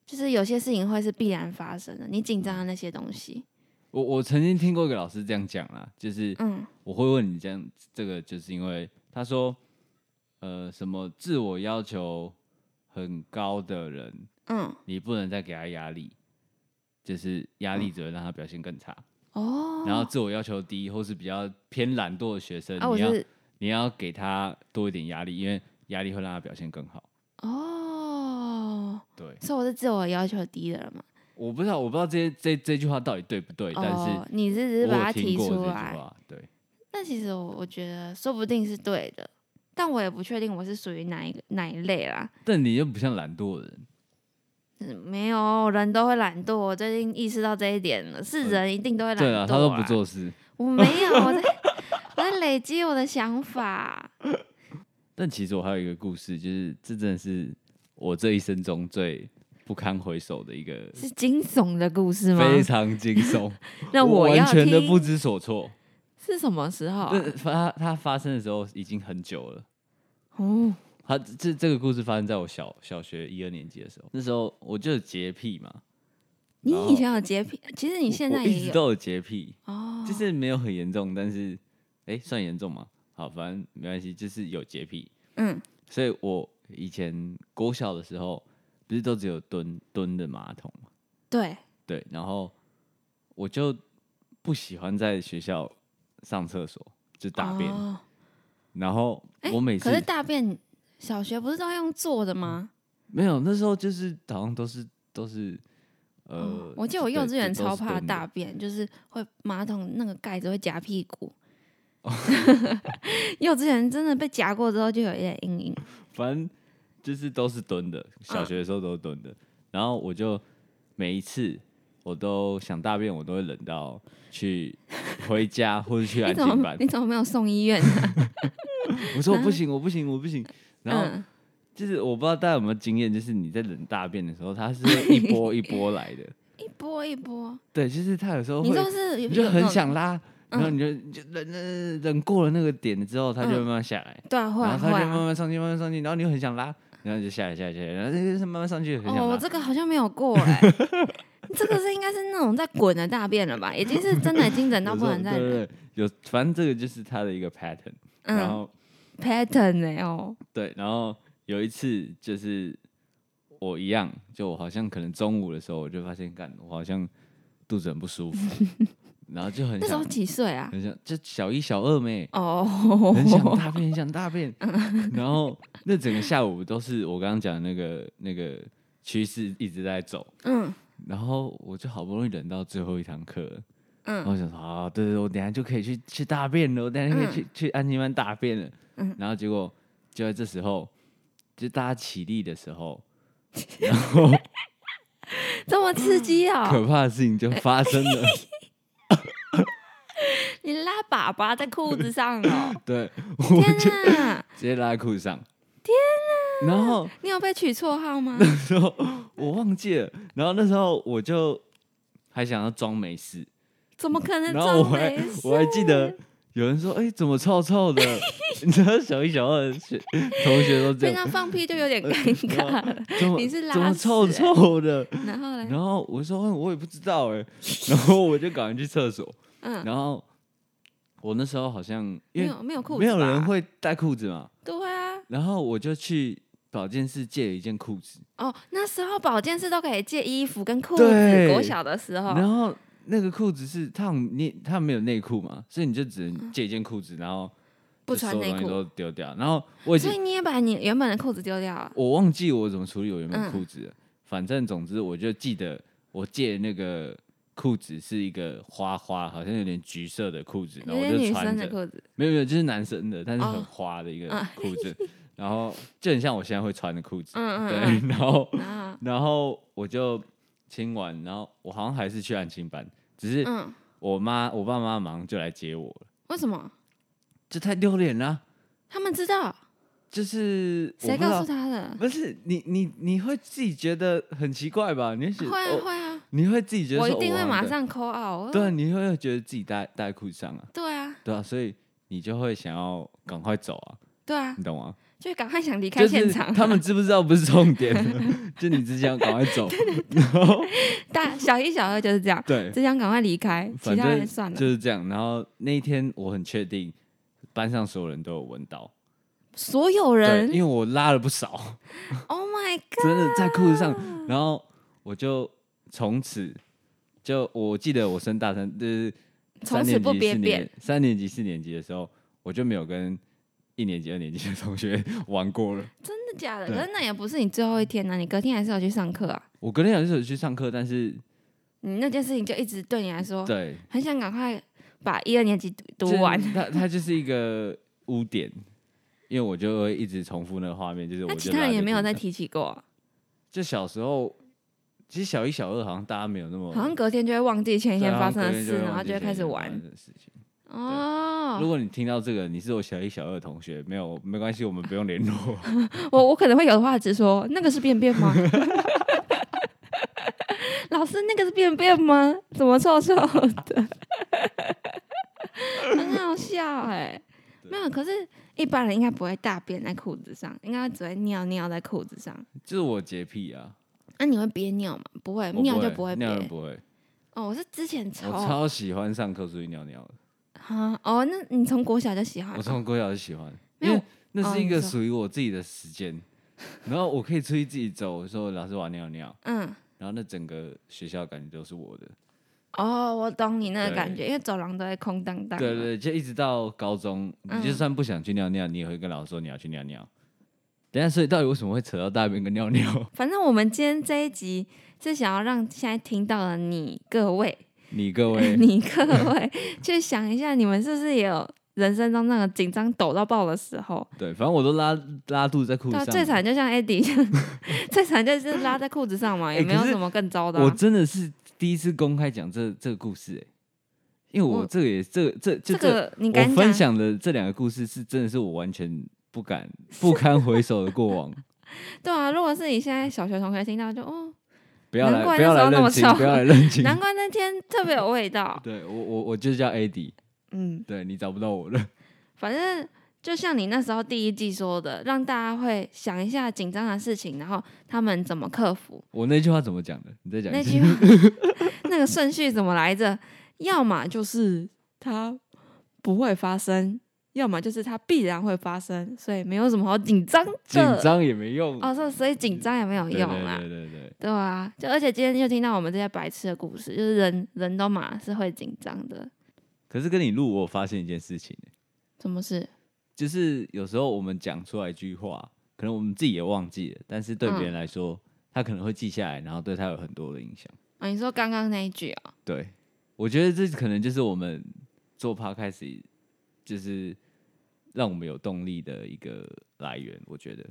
Speaker 2: 就是有些事情会是必然发生的，你紧张的那些东西，
Speaker 1: 我我曾经听过一个老师这样讲啦，就是
Speaker 2: 嗯
Speaker 1: 我会问你这样这个，就是因为他说，呃，什么自我要求很高的人，
Speaker 2: 嗯，
Speaker 1: 你不能再给他压力，就是压力只会让他表现更差。
Speaker 2: 嗯哦，
Speaker 1: 然后自我要求低或是比较偏懒惰的学生，
Speaker 2: 啊，我
Speaker 1: 你要
Speaker 2: 是
Speaker 1: 你要给他多一点压力，因为压力会让他表现更好。
Speaker 2: 哦，
Speaker 1: 对，
Speaker 2: 所以我是自我要求低的人嘛。
Speaker 1: 我不知道我不知道这些这这句话到底对不对，但
Speaker 2: 哦
Speaker 1: 是，
Speaker 2: 你是只
Speaker 1: 我
Speaker 2: 是把它
Speaker 1: 有听
Speaker 2: 提
Speaker 1: 过这
Speaker 2: 出
Speaker 1: 句
Speaker 2: 来，
Speaker 1: 话，对。
Speaker 2: 但其实我我觉得说不定是对的，但我也不确定我是属于哪一个哪一类啦。
Speaker 1: 但你又不像懒惰的人，
Speaker 2: 嗯没有人都会懒惰，我最近意识到这一点了，是
Speaker 1: 嗯
Speaker 2: 人一定都会懒惰、
Speaker 1: 对啊，他都不，做事。
Speaker 2: 我没有，我在 我在累积我的想法。
Speaker 1: 但其实我还有一个故事，就是这真的是我这一生中最不堪回首的一个，
Speaker 2: 是惊悚的故事吗？
Speaker 1: 非常惊悚，
Speaker 2: 那我要
Speaker 1: 完全的不
Speaker 2: 听
Speaker 1: 知所措。
Speaker 2: 是什么时候啊、
Speaker 1: 但发它发生的时候已经很久了。
Speaker 2: 哦，
Speaker 1: 它这这个故事发生在我小小学一二年级的时候，那时候我就有洁癖嘛，
Speaker 2: 你
Speaker 1: 然后
Speaker 2: 以前有洁癖，其实你现
Speaker 1: 哦我
Speaker 2: 在
Speaker 1: 我一
Speaker 2: 也
Speaker 1: 直
Speaker 2: 有
Speaker 1: 都有洁癖，
Speaker 2: 哦，
Speaker 1: 就是没有很严重，但是哎、算严重吗？好，反正没关系，就是有洁癖。
Speaker 2: 嗯
Speaker 1: 所以我以前国小的时候，不是都只有蹲蹲的马桶嘛？
Speaker 2: 对，
Speaker 1: 对，然后我就不喜欢在学校上厕所，就大便。
Speaker 2: 哦
Speaker 1: 然后
Speaker 2: 哎
Speaker 1: 我每次、
Speaker 2: 可是大便小学不是都要用坐的吗？
Speaker 1: 没有，那时候就是好像都是都是呃、
Speaker 2: 哦我记得我幼
Speaker 1: 对
Speaker 2: 稚园超怕，
Speaker 1: 就都是蹲
Speaker 2: 大
Speaker 1: 的
Speaker 2: 便，就是会马桶那个盖子会夹屁股。
Speaker 1: 哦
Speaker 2: 幼稚园真的被夹过之后就有一点阴影。
Speaker 1: 反正就是都是蹲的，
Speaker 2: 嗯
Speaker 1: 小学的时候都是蹲的。然后我就每一次我都想大便，我都会忍到去回家或者去
Speaker 2: 你
Speaker 1: 安
Speaker 2: 怎
Speaker 1: 静
Speaker 2: 么
Speaker 1: 班
Speaker 2: 你。怎么没有送医院啊呢？
Speaker 1: 我说我不行，我不行，我不行。 然后
Speaker 2: 嗯，
Speaker 1: 就是我不知道大家有没有经验，就是你在忍大便的时候， 它是会一波一波来的。
Speaker 2: 一波一波，
Speaker 1: 对，就是它有时候
Speaker 2: 你
Speaker 1: 会
Speaker 2: 就是有
Speaker 1: 你就
Speaker 2: 有
Speaker 1: 很
Speaker 2: 那种
Speaker 1: 想拉，
Speaker 2: 嗯
Speaker 1: 然后你就你就忍忍忍过了那个点之后，它就会
Speaker 2: 嗯
Speaker 1: 慢慢下来，
Speaker 2: 对啊，会啊
Speaker 1: 然后
Speaker 2: 会
Speaker 1: 它就慢
Speaker 2: 啊。
Speaker 1: 慢上去，慢慢上去，然后你又很想拉，然后就下来下来下来，然后就是慢慢上去，很想
Speaker 2: 哦，
Speaker 1: 拉
Speaker 2: 我。这个好像没 有过哎、这个是应该是那种在滚的大便了吧？已经是真的已经忍到
Speaker 1: 有
Speaker 2: 不
Speaker 1: 时候
Speaker 2: 能再
Speaker 1: 对对
Speaker 2: 忍。
Speaker 1: 对，有反正这个就是它的一个 pattern，、然
Speaker 2: 嗯
Speaker 1: 后
Speaker 2: ，pattern 哎、哦，
Speaker 1: 对，然后有一次就是我一样，就我好像可能中午的时候，我就发现干，我好像肚子很不舒 服，然后就很
Speaker 2: 那时候
Speaker 1: 想
Speaker 2: 几岁啊？
Speaker 1: 很想，就小一小二妹，
Speaker 2: 哦，
Speaker 1: 很想 大便，很想大便。然后那整个下午都是我刚刚讲的那个那个趋势一直在走，
Speaker 2: 嗯
Speaker 1: 然后我就好不容易忍到最后一堂课了，然后
Speaker 2: 嗯
Speaker 1: 我想说啊，对对，我等一下就可以去去大便了，我等一下可以去、去安静班大便了。
Speaker 2: 嗯
Speaker 1: 然后结果就在这时候，就大家起立的时候，然后
Speaker 2: 这么刺激哦、哎
Speaker 1: 可怕的事情就发生了。
Speaker 2: 你拉粑粑在裤子上哦！
Speaker 1: 对，我就
Speaker 2: 天哪，
Speaker 1: 直接拉在裤子上。天哪！然后
Speaker 2: 你有被取绰号吗？
Speaker 1: 时候我忘记了，然后那时候我就还想要装没事，
Speaker 2: 怎么可能
Speaker 1: 然后我
Speaker 2: 装
Speaker 1: 还
Speaker 2: 没事？
Speaker 1: 我还记得有人说：“哎、怎么臭臭 的？”你知道小一、小二的学同学都这
Speaker 2: 被
Speaker 1: 样，
Speaker 2: 他放屁就有点尴尬 了。
Speaker 1: 怎么
Speaker 2: 你是拉
Speaker 1: 怎么
Speaker 2: 屎
Speaker 1: 臭
Speaker 2: 欸
Speaker 1: 臭的？
Speaker 2: 然后嘞，
Speaker 1: 然后我说：“哎我也不知道哎、 然后我就赶快去厕所，
Speaker 2: 嗯，
Speaker 1: 然后我那时候好像因
Speaker 2: 没
Speaker 1: 为
Speaker 2: 有没有裤子吧，
Speaker 1: 没有人会带裤子嘛，
Speaker 2: 对啊。
Speaker 1: 然后我就去保健室借了一件裤子，
Speaker 2: 哦，那时候保健室都可以借衣服跟裤
Speaker 1: 对
Speaker 2: 子，国小的时候，
Speaker 1: 然后那个裤子是他你他没有内裤嘛，所以你就只能借一件裤子，然后
Speaker 2: 嗯不
Speaker 1: 就
Speaker 2: 穿
Speaker 1: 所有
Speaker 2: 内
Speaker 1: 东西
Speaker 2: 裤
Speaker 1: 都丢掉。然后我已
Speaker 2: 所以
Speaker 1: 经
Speaker 2: 你也把你原本的裤子丢掉了。
Speaker 1: 我忘记我怎么处理我原本
Speaker 2: 嗯
Speaker 1: 裤子了，反正总之我就记得我借那个裤子是一个花花，好像有点橘色的裤子，然
Speaker 2: 有
Speaker 1: 后我
Speaker 2: 点
Speaker 1: 就
Speaker 2: 女
Speaker 1: 穿
Speaker 2: 生的
Speaker 1: 着，
Speaker 2: 裤子，
Speaker 1: 没有没有，就是男生的，但是很
Speaker 2: 哦
Speaker 1: 花的一个
Speaker 2: 啊
Speaker 1: 裤子， 然后就很像我现在会穿的裤子，
Speaker 2: 嗯
Speaker 1: 对
Speaker 2: 嗯，
Speaker 1: 然后
Speaker 2: 嗯，然后
Speaker 1: 然后我就清完，然后我好像还是去安亲班，只是。
Speaker 2: 嗯，
Speaker 1: 我妈我爸妈忙就来接我了，
Speaker 2: 为什么？
Speaker 1: 这太丢脸啦！
Speaker 2: 他们知道
Speaker 1: 就是我
Speaker 2: 谁
Speaker 1: 不知
Speaker 2: 告
Speaker 1: 道
Speaker 2: 诉，他的？
Speaker 1: 不是你你你会自己觉得很奇怪吧？你会觉得
Speaker 2: 会啊
Speaker 1: 哦
Speaker 2: 会啊，
Speaker 1: 你会自己觉得
Speaker 2: 我一
Speaker 1: 说
Speaker 2: 定
Speaker 1: 哦
Speaker 2: 会
Speaker 1: 好
Speaker 2: 马
Speaker 1: 像
Speaker 2: 上 call out 我。
Speaker 1: 对，啊你会觉得自己带带裤上啊，
Speaker 2: 对啊
Speaker 1: 对啊，所以你就会想要赶快走啊，
Speaker 2: 对啊，
Speaker 1: 你懂吗？
Speaker 2: 就赶快想离
Speaker 1: 就
Speaker 2: 开现
Speaker 1: 是
Speaker 2: 场。
Speaker 1: 他们知不知道不是重点， 就你只想赶快走，然后
Speaker 2: 大小一、小二就是这样，
Speaker 1: 对，
Speaker 2: 只想赶快离开，其
Speaker 1: 反
Speaker 2: 他人
Speaker 1: 正
Speaker 2: 算了
Speaker 1: 就。是这样。然后那一天我很确定班上所有人都有闻到，
Speaker 2: 所有
Speaker 1: 对，因
Speaker 2: 人
Speaker 1: 为我拉了不少。
Speaker 2: ，Oh my God！
Speaker 1: 真的在裤子上，然后我就从此就我记得我升大三，就是
Speaker 2: 从
Speaker 1: 三
Speaker 2: 此
Speaker 1: 年
Speaker 2: 不
Speaker 1: 级、
Speaker 2: 憋
Speaker 1: 四
Speaker 2: 便
Speaker 1: 年、三年级、四年级的时候，我就没有跟一年级、二年级的同学 玩过了。
Speaker 2: 真的假的？
Speaker 1: 对
Speaker 2: 可是那也不是你最后一天啊呢、你隔天还是要去上课啊。
Speaker 1: 我隔天还是有去上课，但是
Speaker 2: 你那件事情就一直对你来说，
Speaker 1: 对，
Speaker 2: 很想赶快把一二年级读读完。
Speaker 1: 它它就是一个污点，因为我就会一直重复那个画面，就是我
Speaker 2: 那其
Speaker 1: 就
Speaker 2: 他
Speaker 1: 拉
Speaker 2: 人
Speaker 1: 着
Speaker 2: 也没有
Speaker 1: 裤子
Speaker 2: 再
Speaker 1: 上，
Speaker 2: 提起过啊、
Speaker 1: 就小时候，其实小一、小二好像大家没有那么
Speaker 2: 好像隔天就会忘记前一
Speaker 1: 对
Speaker 2: 天
Speaker 1: 好
Speaker 2: 发
Speaker 1: 像隔
Speaker 2: 生的
Speaker 1: 天
Speaker 2: 事，
Speaker 1: 会
Speaker 2: 然后
Speaker 1: 忘记
Speaker 2: 就会
Speaker 1: 前
Speaker 2: 开
Speaker 1: 一
Speaker 2: 始
Speaker 1: 天发
Speaker 2: 玩
Speaker 1: 生。的事情。如
Speaker 2: 哦，
Speaker 1: 果你听到这个，你是我小一、小二的同学，没有没关系，我们不用联络。
Speaker 2: 我我可能会有话直说，那个是便便吗？ 老师，那个是便便吗？怎么臭臭的？ 很好笑哎、
Speaker 1: 对
Speaker 2: 没有，可是一般人应该不会大便在裤子上，应该只会尿尿在裤子上。
Speaker 1: 就是我洁癖啊，
Speaker 2: 那、你会憋尿吗？不会，
Speaker 1: 我
Speaker 2: 尿就
Speaker 1: 不
Speaker 2: 会憋
Speaker 1: 尿。就不会。
Speaker 2: 哦，我是之前
Speaker 1: 我
Speaker 2: 超
Speaker 1: 超喜欢上课出去尿尿的，
Speaker 2: 啊哦，那你从国小就喜欢
Speaker 1: 我从国小就喜 欢，
Speaker 2: 啊没
Speaker 1: 因
Speaker 2: 有
Speaker 1: 为那
Speaker 2: 哦
Speaker 1: 是一
Speaker 2: 你
Speaker 1: 个
Speaker 2: 说
Speaker 1: 属于我自己的时间， 然后我可以出去自己走。我说老师我要尿尿，
Speaker 2: 嗯
Speaker 1: 然后那整个学校感觉都是我的。
Speaker 2: 哦，我懂你那个感觉，
Speaker 1: 对
Speaker 2: 因为走廊都会空荡荡。
Speaker 1: 对对，对，就一直到高中，你就
Speaker 2: 嗯
Speaker 1: 算不想去尿尿，你也会跟老师说你要去尿尿。等一下，所以到底为什么会扯到大便跟尿尿？
Speaker 2: 反正我们今天这一集是想要让现在听到的你各位，
Speaker 1: 你各位，
Speaker 2: 你各位去想一下，你们是不是也有人生中那个紧张抖到爆的时候？
Speaker 1: 对，反正我都拉拉肚子在裤
Speaker 2: 对啊，
Speaker 1: 上。
Speaker 2: 最惨就像 Eddie，最惨就是拉在裤子上嘛，也
Speaker 1: 哎
Speaker 2: 没有
Speaker 1: 可是
Speaker 2: 什么更糟的啊、
Speaker 1: 我真的是第一次公开讲这这个故事、欸，因为我
Speaker 2: 我
Speaker 1: 这个也这这就
Speaker 2: 这个你
Speaker 1: 我
Speaker 2: 敢
Speaker 1: 分
Speaker 2: 讲？
Speaker 1: 享的这两个故事是真的是我完全不 敢不堪回首的过往。
Speaker 2: 对啊，如果是你现在小学同学听到 就哦，
Speaker 1: 不要来
Speaker 2: 难怪
Speaker 1: 不要
Speaker 2: 那时
Speaker 1: 来
Speaker 2: 候那么
Speaker 1: 认亲，
Speaker 2: 臭
Speaker 1: 不要来认亲。
Speaker 2: 难怪那天特别有 味道。
Speaker 1: 对我我我就叫 AD，
Speaker 2: 嗯，
Speaker 1: 对你找不到我了。
Speaker 2: 反正就像你那时候第一季说的，让大家会想一下紧张的事情，然后他们怎么克服
Speaker 1: 我那句话怎么讲的？你再讲
Speaker 2: 那
Speaker 1: 一
Speaker 2: 句
Speaker 1: 次。
Speaker 2: 话，那个顺序怎么来着？要么就是它不会发生，要么就是它必然会发生，所以没有什么好紧张的。
Speaker 1: 紧张也没用。
Speaker 2: 哦，所以所以紧张也没有
Speaker 1: 对
Speaker 2: 用
Speaker 1: 对
Speaker 2: 啦。
Speaker 1: 对对对，
Speaker 2: 对啊，就而且今天就听到我们这些白痴的故事，就是人人都嘛是会紧张的，
Speaker 1: 可是跟你录，我有发现一件事情、欸
Speaker 2: 什么事？
Speaker 1: 就是有时候我们讲出来一句话，可能我们自己也忘记了，但是对
Speaker 2: 嗯
Speaker 1: 别人来说，他可能会记下来，然后对他有很多的影响。
Speaker 2: 啊，你说刚刚那一句啊、
Speaker 1: 对，我觉得这可能就是我们做 p 开始，就是让我们有动力的一个来源。我觉得，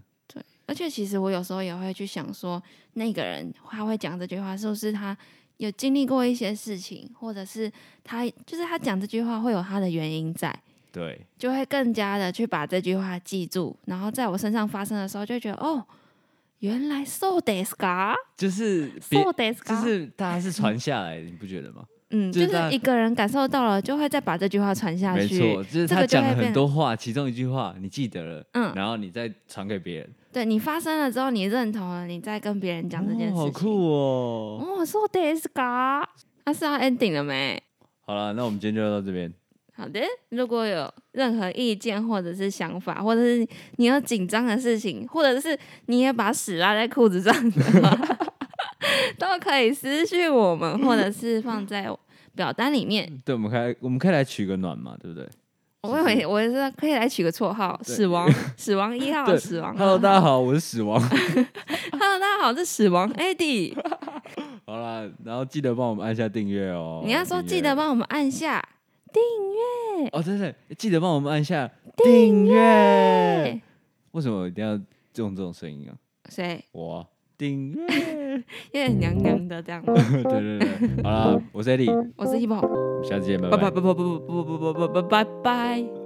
Speaker 2: 而且其实我有时候也会去想说，那个人他会讲这句话，是不是他有经历过一些事情，或者是他就是他讲这句话会有他的原因在，
Speaker 1: 对，
Speaker 2: 就会更加的去把这句话记住，然后在我身上发生的时候，就会觉得哦，原来 so des ga
Speaker 1: 就是别，
Speaker 2: so des
Speaker 1: 就
Speaker 2: ga，
Speaker 1: 是大家是传下来的，你不觉得吗？
Speaker 2: 嗯，
Speaker 1: 就
Speaker 2: 就是是
Speaker 1: 大
Speaker 2: 一个人感受到了，就会再把这句话传下
Speaker 1: 没
Speaker 2: 去。
Speaker 1: 错，就是
Speaker 2: 这
Speaker 1: 他
Speaker 2: 个就
Speaker 1: 讲了
Speaker 2: 会
Speaker 1: 很
Speaker 2: 变
Speaker 1: 多话，其中一句话你记得了，
Speaker 2: 嗯
Speaker 1: 然后你再传给别人，
Speaker 2: 对你发生了之后，你认同了，你再跟别人讲这件事情。
Speaker 1: 哦好酷哦！
Speaker 2: 哦，so des ga，那是要 ending 了没？
Speaker 1: 好了，那我们今天就到这边。
Speaker 2: 好的，如果有任何意见或者是想法，或者是你有紧张的事情，或者是你也把屎拉在裤子上的话， 都可以私讯我们，或者是放在表单里面。
Speaker 1: 对，我们可以我们可以来取个暖嘛，对不对
Speaker 2: 我以为我也是可以来取个绰号，
Speaker 1: 对
Speaker 2: 死亡，死亡一号，
Speaker 1: 对
Speaker 2: 死亡
Speaker 1: ？Hello，
Speaker 2: 二号
Speaker 1: 大家好，我是死 亡。
Speaker 2: Hello，大家好，我是死亡 AD。
Speaker 1: 好啦，然后记得帮我们按下订阅哦。
Speaker 2: 你要说
Speaker 1: 订阅
Speaker 2: 记得帮我们按下
Speaker 1: 哦，对对，记得帮我们按下订阅。为什么我一定要用这种声音啊？
Speaker 2: 谁，
Speaker 1: 我啊订阅，
Speaker 2: 有点娘娘的这 样。
Speaker 1: 对对对，好啦，我是 Eddie，
Speaker 2: 我是 Hippo，
Speaker 1: 我们下次见，拜
Speaker 2: 拜
Speaker 1: 拜
Speaker 2: 拜。拜拜拜拜拜拜拜拜拜。